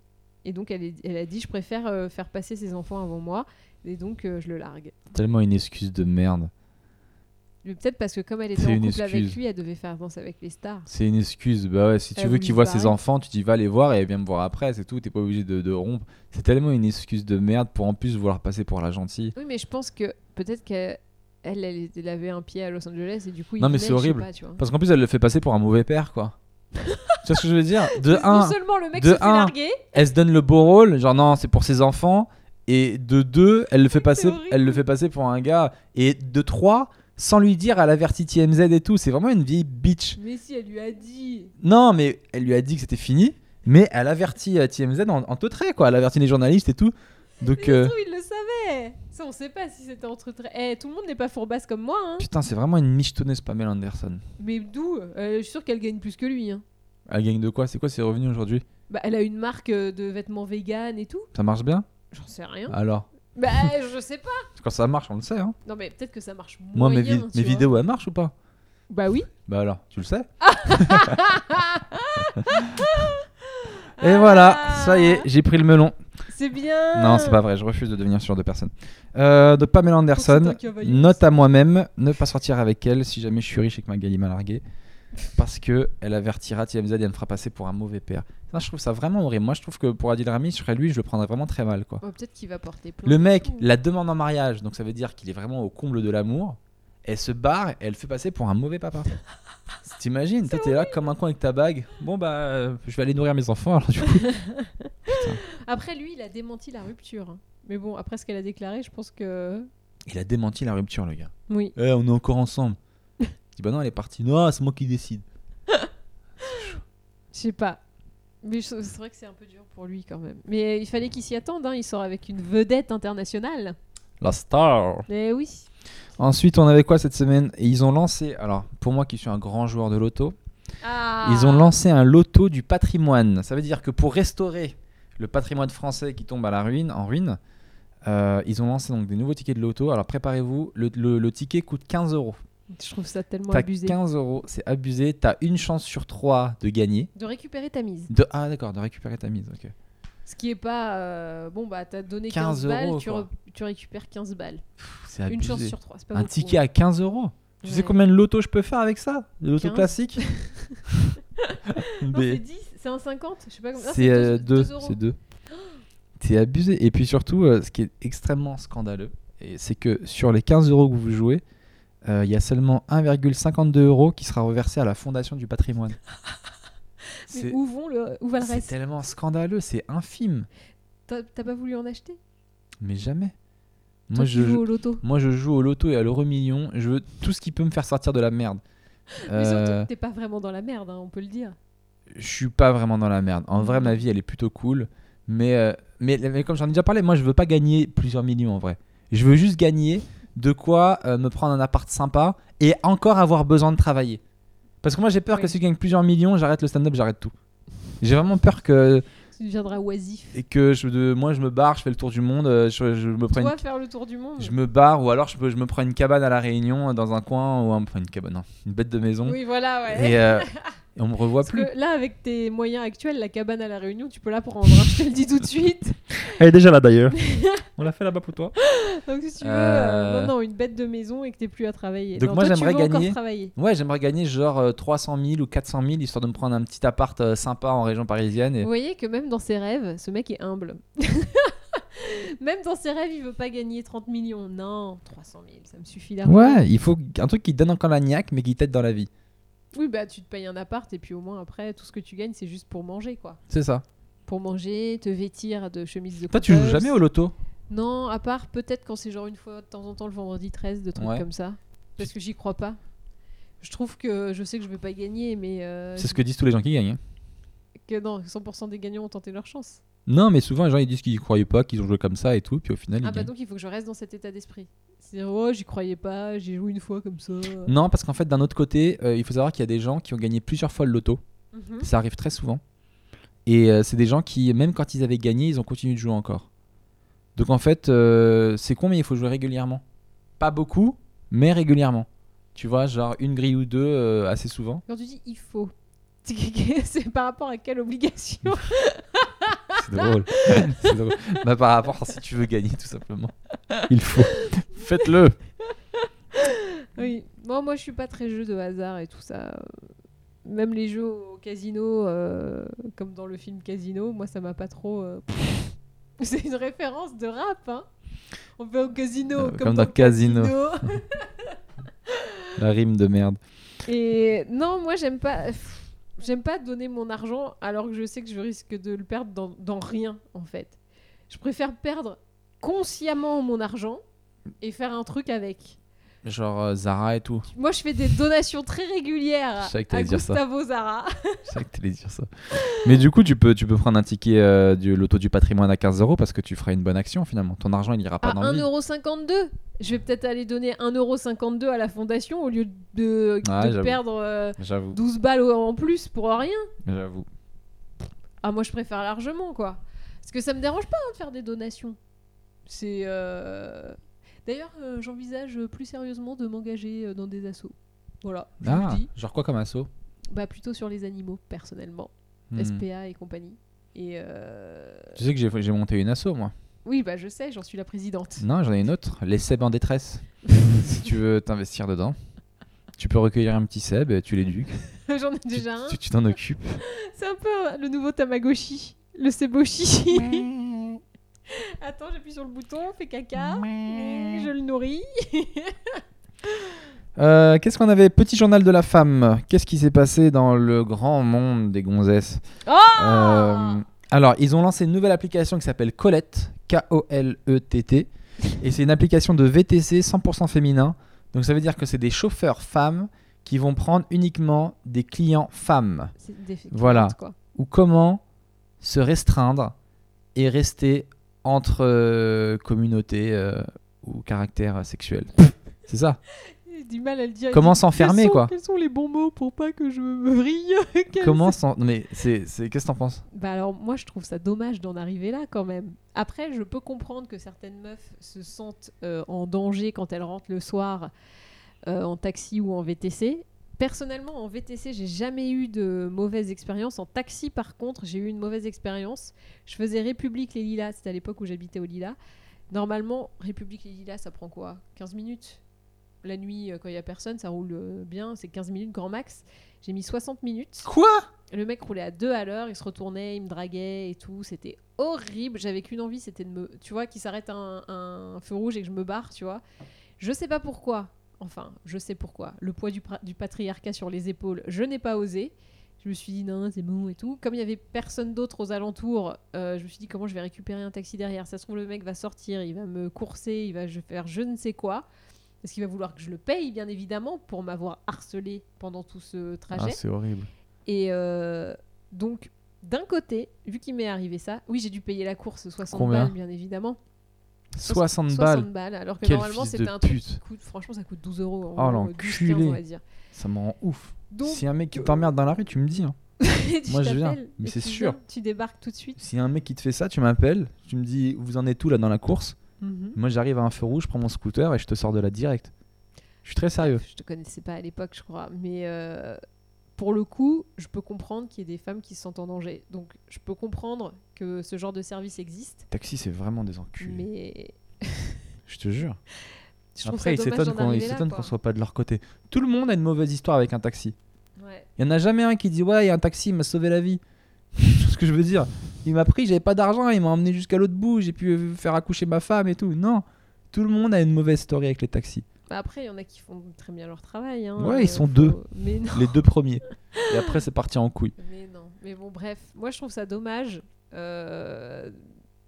A: Et donc elle, est- elle a dit je préfère euh, faire passer ses enfants avant moi et donc euh, je le largue.
B: Tellement une excuse de merde.
A: Mais Peut-être parce que comme elle était
B: C'est
A: en
B: une
A: couple avec
B: excuse.
A: lui, elle devait faire danse avec les stars.
B: C'est une excuse. Bah ouais, si tu
A: Elle
B: veux
A: voulait
B: qu'il voit
A: se
B: ses
A: barrer.
B: enfants, tu dis va les voir et viens me voir après, c'est tout. T'es pas obligé de, de rompre. C'est tellement une excuse de merde pour en plus vouloir passer pour la gentille.
A: Oui, mais je pense que peut-être qu'elle elle, elle était- elle avait un pied à Los Angeles et du coup il
B: Non,
A: venait,
B: mais c'est
A: je sais
B: horrible.
A: pas, tu vois.
B: Parce qu'en plus, elle le fait passer pour un mauvais père, quoi. tu vois ce que je veux dire De
A: Parce que Non
B: 1,
A: seulement le mec
B: de
A: se fait
B: un,
A: larguer,
B: elle se donne le beau rôle, genre non, c'est pour ses enfants. Et de 2, elle le fait
A: C'est
B: passer,
A: horrible.
B: elle le fait passer pour un gars. Et de 3, sans lui dire, elle avertit TMZ et tout. C'est vraiment une vieille bitch.
A: mais si elle lui a dit
B: Non, mais elle lui a dit que c'était fini, mais elle avertit euh, TMZ en, en te trait, quoi. Elle avertit les journalistes et tout. Donc,
A: Mais
B: euh,
A: ça se trouve, il le savait. Ça, on sait pas si c'était entre. tra- Eh, tout le monde n'est pas fourbasse comme moi, hein.
B: putain, c'est vraiment une michetonneuse Pamela Anderson.
A: Mais d'où Euh, Je suis sûre qu'elle gagne plus que lui, hein.
B: Elle gagne de quoi C'est quoi ses revenus aujourd'hui
A: Bah, elle a une marque euh, de vêtements vegan et tout.
B: Ça marche bien
A: J'en sais rien.
B: Alors
A: Bah, je sais pas.
B: Quand ça marche, on le sait, hein.
A: Non, mais peut-être que ça marche moins.
B: Moi, mes, vi-
A: hein.
B: mes vidéos, elles marchent ou pas
A: Bah oui.
B: Bah alors, tu le sais Et voilà, ça y est, j'ai pris le melon.
A: Ah C'est bien.
B: Non, c'est pas vrai, je refuse de devenir sûr de personne. Euh, de Pamela
A: Donc, c'est toi
B: Anderson,
A: qui as vaillé.
B: note à moi-même, ne pas sortir avec elle si jamais je suis riche et que Magali m'a largué. parce que elle avertira TMZ et elle me fera passer pour un mauvais père. Ça, je trouve ça vraiment horrible. Moi, je trouve que pour Adil Rami, je serais lui, je le prendrais vraiment très mal, quoi.
A: Oh, Peut-être qu'il va porter plainte.
B: Le mec la demande en mariage, donc ça veut dire qu'il est vraiment au comble de l'amour. Elle se barre et elle fait passer pour un mauvais papa. T'imagines Toi, t'es là comme un con avec ta bague. Bon, bah, euh, je vais aller nourrir mes enfants. Alors, du coup,
A: Après, lui, il a démenti la rupture. hein. Mais bon, après ce qu'elle a déclaré, je pense que.
B: il a démenti la rupture, le gars.
A: Oui.
B: Eh, on est encore ensemble. Il dit, bah non, elle est partie. Non, c'est moi qui décide.
A: Je sais pas. Mais je- c'est vrai que c'est un peu dur pour lui quand même. Mais il fallait qu'il s'y attende. hein. Il sort avec une vedette internationale.
B: La star.
A: Mais Eh oui.
B: Ensuite, on avait quoi cette semaine Et Ils ont lancé, alors pour moi qui suis un grand joueur de loto,
A: Ah.
B: ils ont lancé un loto du patrimoine. Ça veut dire que pour restaurer le patrimoine français qui tombe à la ruine, en ruine, euh, ils ont lancé donc des nouveaux tickets de loto. Alors préparez-vous, le, le- le ticket coûte 15 euros.
A: Je trouve ça tellement
B: T'as
A: abusé.
B: 15 euros, c'est abusé. T'as une chance sur trois de gagner.
A: De récupérer ta mise.
B: De, ah d'accord, de récupérer ta mise. ok.
A: Ce qui est pas. euh, Bon, bah, t'as donné
B: 15
A: 15,
B: euros,
A: balles, tu,
B: quoi.
A: re- tu récupères 15 balles.
B: Pff, C'est abusé.
A: Une chance sur trois. c'est pas
B: Un
A: beaucoup,
B: ticket
A: hein.
B: à 15 euros. Tu sais
A: Ouais.
B: combien de loto je peux faire avec ça De loto
A: 15.
B: classique
A: Non,
B: Des-
A: c'est 10, c'est un 50, je sais pas comment.
B: C'est euh,
A: deux
B: deux,
A: euros.
B: c'est deux. C'est abusé. Et puis surtout, euh, ce qui est extrêmement scandaleux, et c'est que sur les 15 euros que vous jouez, euh, il y a seulement 1,52 euros qui sera reversé à la fondation du patrimoine.
A: Mais
B: C'est
A: où, vont le, où va le
B: c'est
A: reste
B: tellement scandaleux, c'est infime,
A: T'as t'as pas voulu en acheter
B: mais jamais.
A: Toi
B: Moi
A: qui
B: je,
A: joues au loto.
B: moi, je joue au loto et à l'euro million. Je veux tout ce qui peut me faire sortir de la merde.
A: Mais
B: Euh,
A: surtout, t'es pas vraiment dans la merde, hein, on peut le dire.
B: je suis pas vraiment dans la merde. En
A: Mm.
B: vrai, ma vie, elle est plutôt cool. Mais, euh, mais, mais comme j'en ai déjà parlé, moi, je veux pas gagner plusieurs millions en vrai. Je veux juste gagner de quoi euh, me prendre un appart sympa et encore avoir besoin de travailler. Parce que moi, j'ai peur
A: Oui.
B: que si je gagne plusieurs millions, j'arrête le stand-up, j'arrête tout. J'ai vraiment peur que,
A: Tu deviendras oisif.
B: et que je, de- moi, je me barre, je fais le tour du monde, euh, je, je me prends une-
A: Toi, faire le tour du monde.
B: je me barre ou alors je, peux- je me prends une cabane à La Réunion euh, dans un coin ou un, enfin, une cabane, non, une bête de maison.
A: Oui, voilà, ouais.
B: Et, euh, et on me revoit
A: Parce
B: plus.
A: que là, avec tes moyens actuels, la cabane à la Réunion, tu peux la prendre. hein, je te le dis tout de suite.
B: Elle est déjà là d'ailleurs. on l'a fait là-bas pour toi.
A: Donc, si tu veux,
B: Euh.
A: euh, non, non, une bête de maison et que t'es plus à travailler.
B: Donc
A: Non,
B: moi,
A: toi, tu
B: j'aimerais
A: veux encore
B: gagner.
A: travailler.
B: Ouais, j'aimerais gagner genre euh, 300 000 ou 400 000 histoire de me prendre un petit appart euh, sympa en région parisienne. Et...
A: Vous voyez que même dans ses rêves, ce mec est humble. même dans ses rêves, il veut pas gagner 30 millions. Non, 300 000, ça me suffit là.
B: Ouais, il faut un truc qui te donne encore la niaque mais qui t'aide dans la vie.
A: Oui, bah tu te payes un appart et puis au moins après, tout ce que tu gagnes, c'est juste pour manger, quoi.
B: C'est ça.
A: Pour manger, te vêtir de chemise de
B: Toi, tu joues jamais au loto
A: Non, à part peut-être quand c'est genre une fois de temps en temps le vendredi 13, de trucs
B: Ouais.
A: comme ça. Parce que j'y crois pas. Je trouve que je sais que je vais pas gagner, mais euh,
B: C'est ce que disent tous les gens qui gagnent. hein.
A: que non, 100% des gagnants ont tenté leur chance.
B: Non, mais souvent les gens ils disent qu'ils y croyaient pas, qu'ils ont joué comme ça et tout, puis au final ils
A: Ah bah
B: gagnent.
A: donc il faut que je reste dans cet état d'esprit. C'est oh j'y croyais pas, j'ai joué une fois comme ça.
B: Non, parce qu'en fait, d'un autre côté, euh, il faut savoir qu'il y a des gens qui ont gagné plusieurs fois le loto.
A: Mhm.
B: Mmh. Ça arrive très souvent. Et euh, c'est des gens qui, même quand ils avaient gagné, ils ont continué de jouer encore. Donc en fait, euh, c'est con, mais il faut jouer régulièrement. Pas beaucoup, mais régulièrement. Tu vois, genre une grille ou deux euh, assez souvent.
A: Quand tu dis il faut, c'est que- c'est par rapport à quelle obligation
B: C'est drôle. C'est drôle. Bah, par rapport à si tu veux gagner, tout simplement. Il faut. Faites-le.
A: Oui, moi, moi je suis pas très jeu de hasard et tout ça. Même les jeux au casino, euh, comme dans le film Casino, moi ça m'a pas trop. euh, C'est une référence de rap, hein On va au casino,
B: Euh,
A: comme,
B: comme
A: dans
B: dans Casino.
A: Casino.
B: La rime de merde.
A: et non, moi j'aime pas. pff, J'aime pas donner mon argent alors que je sais que je risque de le perdre dans, dans rien en fait. Je préfère perdre consciemment mon argent et faire un truc avec.
B: Genre euh, Zara et tout.
A: Moi, je fais des donations très régulières
B: Je savais que
A: à
B: t'allais dire ça.
A: Gustavo Zara.
B: Je savais que t'allais dire ça. Mais du coup, tu peux, tu peux prendre un ticket euh, du loto du patrimoine à 15 euros parce que tu feras une bonne action finalement. Ton argent, il ira pas
A: À
B: dans le vide.
A: 1,52€. Je vais peut-être aller donner 1,52€ à la fondation au lieu de,
B: Ouais,
A: de
B: j'avoue.
A: perdre euh,
B: J'avoue,
A: 12 balles en plus pour rien.
B: j'avoue.
A: Ah, moi, je préfère largement, quoi. Parce que ça me dérange pas hein, de faire des donations. C'est. euh, D'ailleurs, euh, j'envisage plus sérieusement de m'engager euh, dans des assos. Voilà, je vous
B: Ah,
A: le dis.
B: genre quoi comme assaut
A: Bah, plutôt sur les animaux, personnellement.
B: Hmm.
A: SPA et compagnie. Et. euh,
B: Tu sais que j'ai j'ai monté une assaut moi.
A: Oui, bah, je sais, j'en suis la présidente.
B: Non, j'en ai une autre, les SEB en détresse. si tu veux t'investir dedans, tu peux recueillir un petit SEB, et tu l'éduques.
A: J'en ai
B: Hmm. Tu-
A: déjà un.
B: Tu tu t'en occupes.
A: C'est un peu euh, le nouveau Tamagotchi, le Seboshi. Attends, j'appuie sur le bouton, fait caca. Je le nourris.
B: Euh, Qu'est-ce qu'on avait Petit journal de la femme. Qu'est-ce qui s'est passé dans le grand monde des gonzesses
A: Oh
B: Euh, Alors, ils ont lancé une nouvelle application qui s'appelle Colette, K-O-L-E-T-T. E et c'est une application de VTC 100% féminin. Donc, ça veut dire que c'est des chauffeurs femmes qui vont prendre uniquement des clients femmes.
A: C'est des fées
B: Voilà.
A: clientes, quoi.
B: Ou comment se restreindre et rester entre euh, communautés euh, ou caractères sexuels. C'est ça.
A: J'ai du mal à le dire.
B: Comment
A: Quels
B: s'enfermer,
A: sont-
B: quoi.
A: Quels sont les bons mots pour pas que je me vrille Quels-
B: Comment s'en- Non, mais c'est. c'est- Qu'est-ce que t'en penses
A: Bah alors moi je trouve ça dommage d'en arriver là quand même. Après je peux comprendre que certaines meufs se sentent euh, en danger quand elles rentrent le soir euh, en taxi ou en VTC. Personnellement en VTC j'ai jamais eu de mauvaise expérience. En taxi par contre j'ai eu une mauvaise expérience. Je faisais République les Lilas, c'était à l'époque où j'habitais au Lilas. Normalement République les Lilas ça prend quoi 15 minutes La nuit euh, quand il y a personne ça roule euh, bien, c'est 15 minutes grand max. J'ai mis 60 minutes.
B: Quoi
A: Le mec roulait à deux à l'heure, il se retournait, il me draguait et tout. C'était horrible. J'avais qu'une envie, c'était de me. Tu vois, qu'il s'arrête à un, un feu rouge et que je me barre, tu vois. Je sais pas pourquoi. Enfin, je sais pourquoi. Le poids du, pra- du patriarcat sur les épaules, je n'ai pas osé. Je me suis dit, non, c'est bon et tout. Comme il y avait personne d'autre aux alentours, euh, je me suis dit, comment je vais récupérer un taxi derrière Ça se trouve, le mec va sortir, il va me courser, il va je- faire je ne sais quoi. Parce qu'il va vouloir que je le paye, bien évidemment, pour m'avoir harcelé pendant tout ce trajet.
B: Ah, C'est horrible.
A: Et euh, donc, d'un côté, vu qu'il m'est arrivé ça, oui, j'ai dû payer la course 60
B: Combien
A: balles, bien évidemment.
B: 60,
A: 60
B: balles.
A: alors que
B: Quel
A: normalement,
B: fils
A: c'était
B: de
A: un truc
B: pute.
A: qui coûte, franchement, ça coûte 12 euros. en
B: Oh,
A: gros, 12, 15,
B: l'enculé.
A: on va dire.
B: Ça me rend ouf.
A: Donc, euh,
B: si un mec qui t'emmerde dans la rue, tu me dis. hein.
A: tu
B: moi, je viens.
A: t'appelles
B: Mais
A: et
B: c'est
A: tu
B: sûr.
A: viens, Tu débarques tout de suite.
B: Si un mec qui te fait ça, tu m'appelles, tu me dis vous en êtes où là dans la course. Moi j'arrive à un feu rouge, je prends mon scooter et je te sors de là direct. Je suis très sérieux.
A: euh, Je te connaissais pas à l'époque, je crois. Mais euh, pour le coup, je peux comprendre qu'il y ait des femmes qui se sentent en danger. Donc, je peux comprendre que ce genre de service existe.
B: Taxi, c'est vraiment des enculés.
A: Mais
B: Je te jure.
A: je trouve
B: Après, ils
A: ça dommage
B: s'étonnent
A: d'en
B: qu'on ils
A: arriver là.
B: s'étonnent
A: quoi.
B: qu'on soit pas de leur côté. Tout le monde a une mauvaise histoire avec un taxi.
A: Ouais.
B: Il y en a jamais un qui dit ouais, il y a un taxi, il m'a sauvé la vie. C'est ce que je veux dire. Il m'a pris, j'avais pas d'argent, il m'a emmené jusqu'à l'autre bout, j'ai pu euh, faire accoucher ma femme et tout. Non, tout le monde a une mauvaise story avec les taxis.
A: Bah après, il y en a qui font très bien leur travail. hein.
B: Ouais, ils
A: Euh,
B: sont deux.
A: Mais non.
B: Les deux premiers. Et après, c'est parti en couille.
A: Mais non. Mais bon, bref. Moi, je trouve ça dommage. Euh,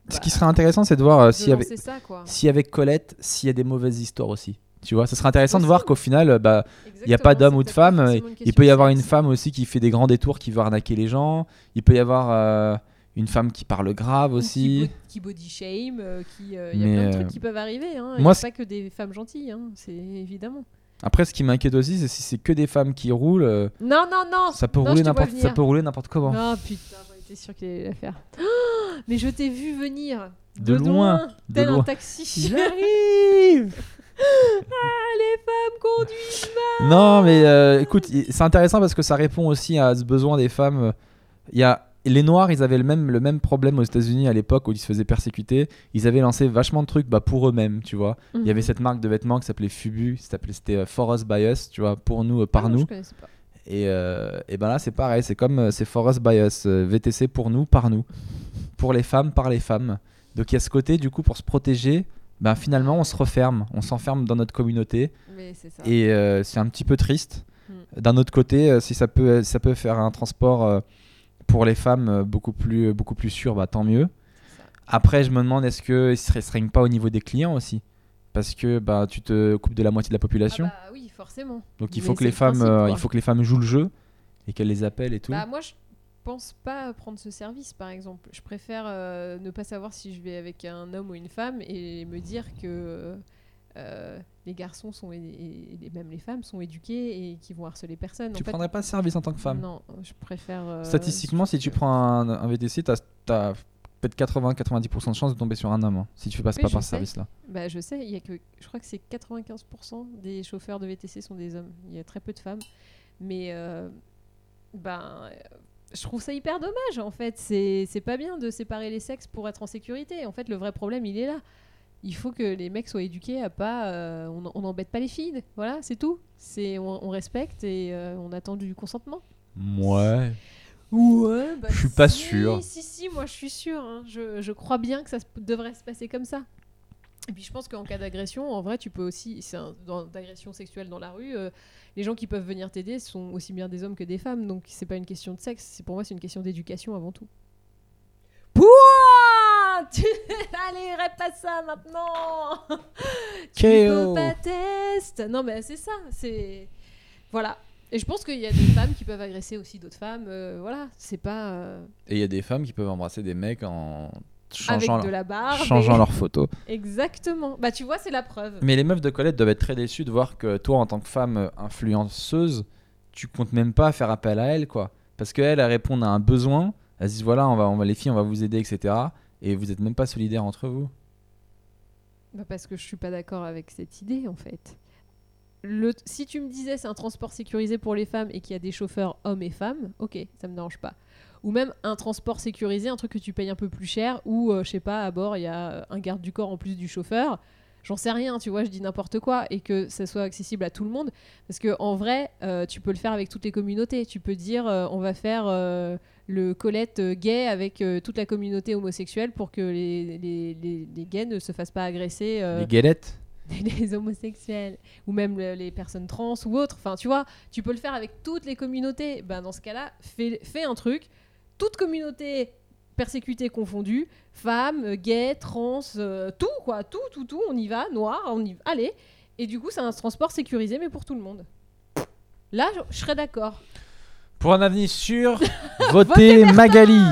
B: Ce
A: bah,
B: qui serait intéressant, c'est de voir euh,
A: de
B: s'il y avait
A: lancer ça, quoi.
B: si avec Colette, s'il y a des mauvaises histoires aussi. Tu vois, ça serait intéressant de
A: Aussi.
B: voir qu'au final, euh, bah,
A: Il
B: il n'y a pas d'homme ou de femme. euh, Il peut y avoir une femme aussi qui fait des grands détours, qui va arnaquer les gens. Il peut y avoir euh, une femme qui parle grave aussi.
A: Qui, bo- qui body shame, euh, qui. euh, Il y
B: Mais,
A: a plein de
B: euh,
A: trucs qui peuvent arriver. Hein. Il n'y
B: moi,
A: a
B: ce-
A: pas que des femmes gentilles, hein. c'est évidemment.
B: Après, ce qui m'inquiète aussi, c'est si c'est que des femmes qui roulent, euh,
A: Non, non, non.
B: ça peut
A: Non, je te
B: rouler
A: vois
B: n'importe ça
A: venir.
B: peut rouler n'importe comment.
A: Ah putain, j'étais sûr qu'il allait la faire. Ah, Mais je t'ai vu venir.
B: De loin, de
A: tel
B: loin.
A: un taxi. Ah,
B: J'arrive.
A: les femmes conduisent.
B: Non, mais euh, écoute, y- c'est intéressant parce que ça répond aussi à ce besoin des femmes. Il y a les Noirs, ils avaient le même, le même problème aux États-Unis à l'époque où ils se faisaient persécuter. Ils avaient lancé vachement de trucs bah, pour eux-mêmes, tu vois. Il y
A: Mm.
B: avait cette marque de vêtements qui s'appelait Fubu, qui s'appelait- c'était euh, For Us By Us, tu vois, pour nous, euh, par
A: Ah,
B: nous.
A: Je connaissais pas.
B: Et, euh, et ben là, c'est pareil, c'est comme euh, c'est For Us By Us, euh, VTC pour nous, par nous. Pour les femmes, par les femmes. Donc il y a ce côté, du coup, pour se protéger, ben, finalement, on se referme, on s'enferme dans notre communauté.
A: Mais c'est ça.
B: Et euh, c'est un petit peu triste.
A: Mm.
B: D'un autre côté, euh, si ça peut, ça peut faire un transport euh, pour les femmes euh, beaucoup plus, beaucoup plus sûr, bah, tant mieux.
A: C'est ça.
B: Après, je me demande est-ce qu'ils ne se restreignent pas au niveau des clients aussi Parce que bah, tu te coupes de la moitié de la population.
A: Ah bah oui, forcément.
B: Donc il
A: mais
B: faut, que
A: c'est
B: les
A: le
B: femmes,
A: principe,
B: euh,
A: quoi.
B: il faut que les femmes jouent le jeu et qu'elles les appellent et tout.
A: Bah moi je pense pas prendre ce service par exemple. Je préfère euh, ne pas savoir si je vais avec un homme ou une femme et me dire que euh, les garçons sont et, et- et même les femmes sont éduqués et qui vont harceler personne.
B: tu
A: En fait,
B: prendrais pas de service en tant que femme.
A: Non, je préfère. euh,
B: Statistiquement, si tu prends un, un VTC, tu as, peut-être 80-90% de chances de tomber sur un homme hein, si tu passes
A: Oui,
B: pas
A: je
B: par ce
A: sais.
B: service-là.
A: Bah je sais, il y a que je crois que c'est 95% des chauffeurs de VTC sont des hommes. Il y a très peu de femmes, mais euh, ben euh, je trouve ça hyper dommage en fait. C'est c'est pas bien de séparer les sexes pour être en sécurité. En fait, le vrai problème il est là. il faut que les mecs soient éduqués à pas. euh, on on n'embête pas les filles. Voilà, c'est tout. C'est on, on respecte et euh, on attend du consentement.
B: Ouais.
A: Ouais, bah
B: Je suis pas
A: si,
B: sûr.
A: Si, si, moi je suis sûr. hein. Je, je crois bien que ça se- devrait se passer comme ça. Et puis je pense qu'en cas d'agression, en vrai, tu peux aussi, c'est un- dans- d'agression sexuelle dans la rue, euh, les gens qui peuvent venir t'aider sont aussi bien des hommes que des femmes, donc c'est pas une question de sexe. C'est pour moi c'est une question d'éducation avant tout. Pouah Tu- Allez, répète pas ça maintenant. Tu peux
B: KO.
A: pas test. Non mais c'est ça, c'est voilà. Et je pense qu'il y a des femmes qui peuvent agresser aussi d'autres femmes. euh, voilà, c'est pas euh,
B: Et il y a des femmes qui peuvent embrasser des mecs en
A: avec
B: changeant,
A: de
B: leur- Mm.
A: la barbe.
B: changeant
A: et-
B: leurs photos.
A: Exactement. Bah tu vois, c'est la preuve.
B: Mais les meufs de Colette doivent être très déçues de voir que toi, en tant que femme euh, influenceuse, tu comptes même pas faire appel à elle, quoi. Parce qu'elle, elle répond à un besoin. Elles disent voilà, on va, on va, les filles, on va vous aider, etc. Et vous êtes même pas solidaires entre vous.
A: Bah, parce que je suis pas d'accord avec cette idée en fait. Le, si tu me disais c'est un transport sécurisé pour les femmes et qu'il y a des chauffeurs hommes et femmes, ok, ça me dérange pas. Ou même un transport sécurisé, un truc que tu payes un peu plus cher, ou euh, je sais pas, à bord il y a euh, un garde du corps en plus du chauffeur. J'en sais rien, tu vois, je dis n'importe quoi et que ça soit accessible à tout le monde. Parce que en vrai, euh, tu peux le faire avec toutes les communautés. Tu peux dire, euh, on va faire euh, le Colette euh, gay avec euh, toute la communauté homosexuelle pour que les, les, les- les gays ne se fassent pas agresser. euh,
B: Les galettes
A: les homosexuels ou même le- les personnes trans ou autres. Enfin, tu vois, tu peux le faire avec toutes les communautés. Ben, dans ce cas-là, fais, fais un truc. Toute communauté persécutée confondue, femmes, euh, gays, trans, euh, tout quoi, tout, tout, tout, on y va, noir, on y va, allez. Et du coup, c'est un transport sécurisé, mais pour tout le monde. Là, je- je serais d'accord.
B: Pour un avenir sûr, votez Magali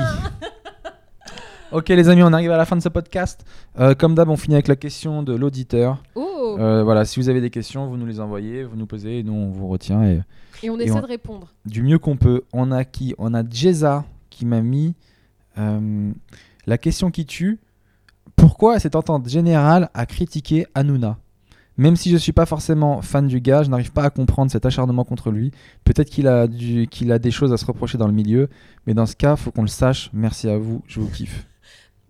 B: Ok les amis, on arrive à la fin de ce podcast. Euh, comme d'hab, on finit avec la question de l'auditeur.
A: Oh
B: Euh, voilà, si vous avez des questions, vous nous les envoyez, vous nous posez, et nous on vous retient. Et
A: Et on
B: et
A: essaie
B: on-
A: de répondre.
B: du mieux qu'on peut. On a qui On a Jeza qui m'a mis euh, la question qui tue. Pourquoi cette entente générale a critiqué Hanouna Même si je suis pas forcément fan du gars, je n'arrive pas à comprendre cet acharnement contre lui. Peut-être qu'il a, du- qu'il a des choses à se reprocher dans le milieu, mais dans ce cas, faut qu'on le sache. Merci à vous, je vous kiffe.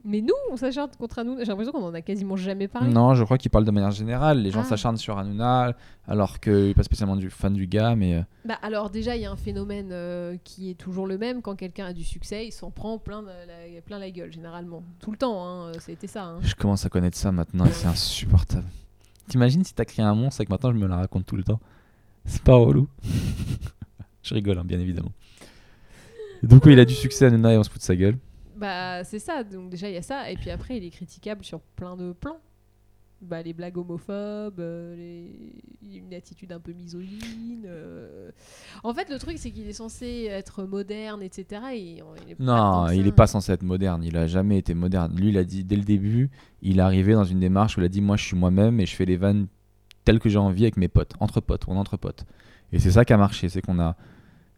A: Mais nous, on s'acharne contre nous. J'ai l'impression qu'on en a quasiment jamais parlé.
B: Non, je crois qu'il parle de manière générale. Les gens
A: Ah.
B: s'acharnent sur Hanouna, alors qu'il n'est pas spécialement du fan du gars, mais... euh,
A: Bah alors déjà, il y a un phénomène euh, qui est toujours le même. Quand quelqu'un a du succès, il s'en prend plein, de la, plein la gueule, généralement. Tout le temps, hein, c'était ça. hein.
B: Je commence à connaître ça maintenant et c'est insupportable. T'imagines si t'as créé un monstre et que maintenant je me la raconte tout le temps C'est pas relou. je rigole, hein, bien évidemment. Et donc, oui, il a du succès à Nuna et on se fout de sa gueule.
A: Bah c'est ça, donc déjà il y a ça. Et puis après, il est critiquable sur plein de plans. Bah, les blagues homophobes, euh, les- une attitude un peu misogyne. euh. En fait, le truc, c'est qu'il est censé être moderne, etc. Et on- il est pas tant
B: Non,
A: que
B: il
A: ça.
B: est pas censé être moderne. Il a jamais été moderne. Lui, il a dit dès le début, il est arrivé dans une démarche où il a dit Moi, je suis moi-même et je fais les vannes telles que j'ai envie avec mes potes, entre potes, on est entre potes. Et c'est ça qui a marché, c'est qu'on a.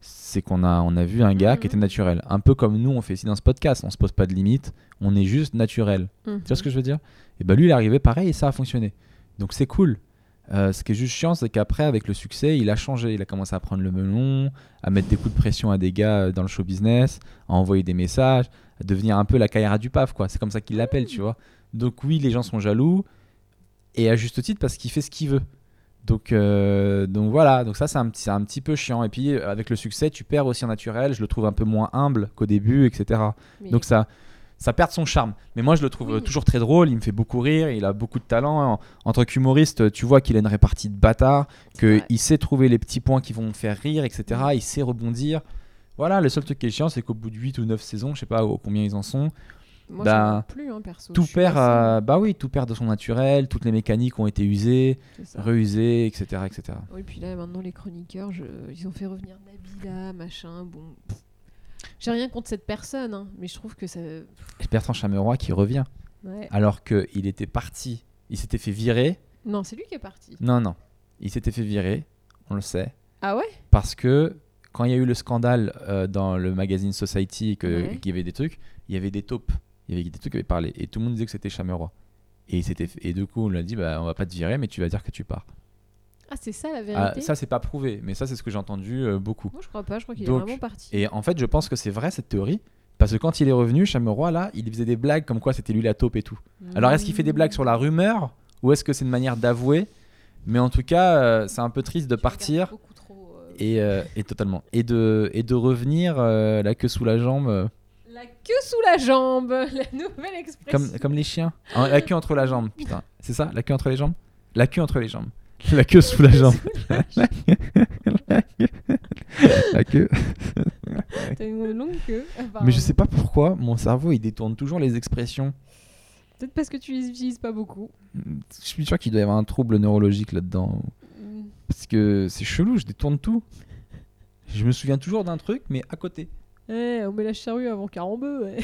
B: C'est qu'on a, on a vu un gars
A: Mhm.
B: qui était naturel. Un peu comme nous, on fait ici dans ce podcast. On se pose pas de limites, on est juste naturel.
A: Mhm.
B: Tu vois ce que je veux dire Et bah lui, il est arrivé pareil et ça a fonctionné. Donc c'est cool. Euh, ce qui est juste chiant, c'est qu'après, avec le succès, il a changé. Il a commencé à prendre le melon, à mettre des coups de pression à des gars euh, dans le show business, à envoyer des messages, à devenir un peu la carrière du PAF, quoi. C'est comme ça qu'il l'appelle, tu vois. Donc oui, les gens sont jaloux, et à juste titre parce qu'il fait ce qu'il veut. Donc, euh, donc voilà, donc ça c'est un, petit- c'est un petit peu chiant. Et puis euh, avec le succès, tu perds aussi en naturel, je le trouve un peu moins humble qu'au début, etc.
A: Mais-
B: Donc ça, ça perd son charme. Mais moi, je le trouve
A: Oui.
B: euh, toujours très drôle. Il me fait beaucoup rire. Il a beaucoup de talent. En, en tant qu'humoriste, tu vois qu'il a une répartie de bâtard,
A: C'est
B: que
A: vrai.
B: il sait trouver les petits points qui vont me faire rire, etc. Il sait rebondir. Voilà, le seul truc qui est chiant, c'est qu'au bout de 8 ou 9 saisons, je sais pas au- combien ils en sont,
A: Moi,
B: bah,
A: j'en ai plus, hein, perso.
B: tout
A: Je suis
B: perd,
A: assez-
B: euh, bah oui, tout perd de son naturel, toutes les mécaniques ont été usées,
A: c'est ça.
B: reusées, etc. etc.
A: Oui, puis là, maintenant, les chroniqueurs, je- ils ont fait revenir Nabila, machin, bon... pff. J'ai rien contre cette personne, hein, mais je trouve que ça...
B: Et Bertrand Chameroy qui revient,
A: ouais.
B: alors qu'il était parti, il s'était fait virer.
A: Non, c'est lui qui est parti.
B: Non, non, il s'était fait virer, on le sait.
A: Ah ouais
B: parce que quand il y a eu le scandale euh, dans le magazine Society et que-
A: Ouais.
B: qu'il y avait des trucs, il y avait des taupes, il y avait des trucs qui avaient parlé et tout le monde disait que c'était Chameroy. Et, c'était- et du coup, on l'a dit, bah, on va pas te virer, mais tu vas dire que tu pars.
A: Ah, c'est ça, la
B: Ah,
A: vérité
B: ça, c'est pas prouvé, mais ça, c'est ce que j'ai entendu euh, beaucoup.
A: Moi, je crois pas, je crois qu'il est
B: Donc,
A: vraiment parti.
B: Et en fait, je pense que c'est vrai cette théorie Parce que quand il est revenu, Chameroy, là, il faisait des blagues comme quoi c'était lui la taupe et tout. Alors, est-ce qu'il fait des blagues sur la rumeur ou est-ce que c'est une manière d'avouer Mais en tout cas, euh, c'est un peu triste de partir
A: Beaucoup trop, euh,
B: et, euh, et totalement et de et de revenir euh, la queue sous la jambe euh,
A: La queue sous la jambe, la nouvelle expression.
B: comme comme les chiens. Hein, la queue entre la jambe, putain. C'est ça, la queue entre les jambes La queue entre les jambes. La queue sous la jambe. La queue.
A: T'as une longue queue.
B: euh, Mais je
A: apparemment.
B: sais pas pourquoi mon cerveau il détourne toujours les expressions.
A: Peut-être parce que tu les utilises pas beaucoup.
B: Je suis sûr qu'il doit y avoir un trouble neurologique là-dedans.
A: Mm.
B: Parce que c'est chelou, je détourne tout. Je me souviens toujours d'un truc, mais à côté.
A: Eh, on met la charrue avant carambeu. ouais.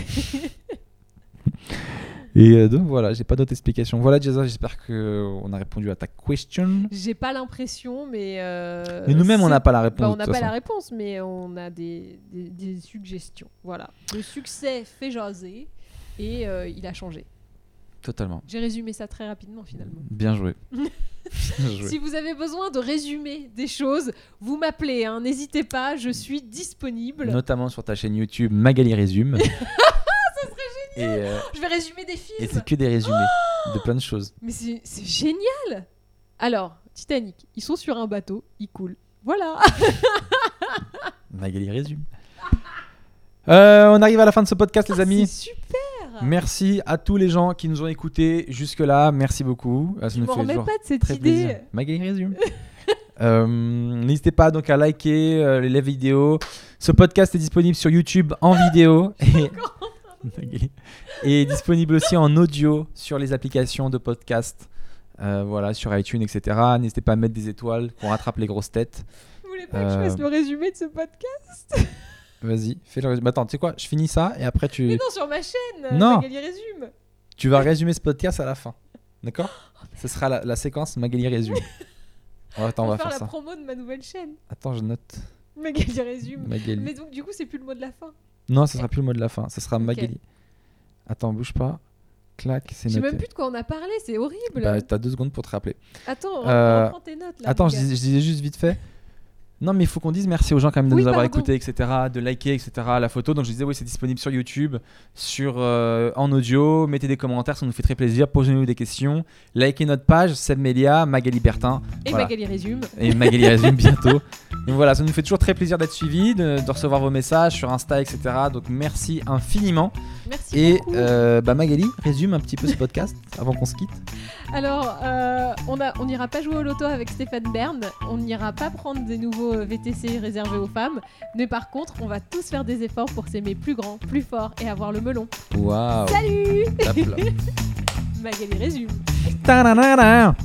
B: Et euh, donc voilà, j'ai pas d'autres explications. Voilà, Jaza, j'espère qu'on a répondu à ta question.
A: J'ai pas l'impression, mais. euh,
B: Mais nous-mêmes, on
A: c'est-
B: n'a pas la
A: Bah,
B: réponse.
A: on n'a
B: de toute
A: pas la
B: façon.
A: réponse, mais on a des, des- des suggestions. Voilà. Le succès fait jaser et euh, il a changé.
B: Totalement.
A: J'ai résumé ça très rapidement finalement.
B: Bien joué. Bien joué.
A: Si vous avez besoin de résumer des choses, vous m'appelez, hein, n'hésitez pas, je suis disponible.
B: Notamment sur ta chaîne YouTube Magali Résume. Ça serait génial. Et, euh,
A: Je vais résumer des
B: et
A: films.
B: c'est que des résumés
A: Oh
B: de plein de choses.
A: Mais c'est c'est génial Alors, Titanic, ils sont sur un bateau, ils coulent. Voilà
B: Magali Résume. Euh, on arrive à la fin de ce podcast, les amis.
A: C'est super
B: Merci à tous les gens qui nous ont écoutés jusque-là. Merci beaucoup. Ah, ça
A: Je
B: nous
A: m'en
B: fait
A: remets
B: toujours
A: pas de cette
B: très
A: idée.
B: plaisir. Magali résume. Euh, N'hésitez pas donc à liker euh, les vidéos. Ce podcast est disponible sur YouTube en vidéo et Magali. Et est disponible aussi en audio sur les applications de podcast. Euh, voilà, sur iTunes, etc. N'hésitez pas à mettre des étoiles qu'on rattrape les grosses têtes.
A: Vous voulez pas que je
B: Euh.
A: fasse le résumé de ce podcast
B: Vas-y, fais le résumé. Attends, tu sais quoi Je finis ça et après tu,
A: Mais non, sur ma chaîne
B: Non.
A: Magali résume
B: tu vas résumer ce podcast à la fin. D'accord
A: Oh,
B: Ce sera la, la séquence Magali résume. Oh, attends, on va
A: faire
B: faire
A: la
B: ça.
A: promo de ma nouvelle chaîne.
B: Attends, je note
A: Magali résume.
B: Magali.
A: Mais donc, du coup, c'est plus le mot de la fin.
B: Non, ce sera plus le mot de la fin, ce sera
A: Ok.
B: Magali. Attends, bouge pas. Clac, c'est
A: Je sais
B: noté.
A: même plus de quoi on a parlé, c'est horrible.
B: Bah, t'as deux secondes pour te rappeler.
A: Attends, on
B: euh,
A: reprend tes notes là.
B: Attends,
A: mon
B: je
A: gars.
B: disais, je disais juste vite fait. Non, mais il faut qu'on dise merci aux gens quand même de
A: Oui,
B: nous avoir
A: pardon.
B: écoutés, etc., de liker, etc., la photo. Donc je disais, oui, c'est disponible sur YouTube, sur, euh, en audio. Mettez des commentaires, ça nous fait très plaisir. Posez-nous des questions. Likez notre page, Seb Melia, Magali Bertin.
A: Et
B: voilà.
A: Magali résume.
B: et Magali résume bientôt. Donc voilà, ça nous fait toujours très plaisir d'être suivis, de, de recevoir vos messages sur Insta, etc. Donc merci infiniment.
A: Merci
B: Et
A: beaucoup.
B: euh, bah Magali, résume un petit peu ce podcast avant qu'on se quitte.
A: Alors, euh, on a- on n'ira pas jouer au loto avec Stéphane Bern, on n'ira pas prendre des nouveaux euh, VTC réservés aux femmes, mais par contre, on va tous faire des efforts pour s'aimer plus grand, plus fort et avoir le melon.
B: Waouh!
A: Salut
B: Tape là.
A: Magali résume.
B: Ta-da-da-da.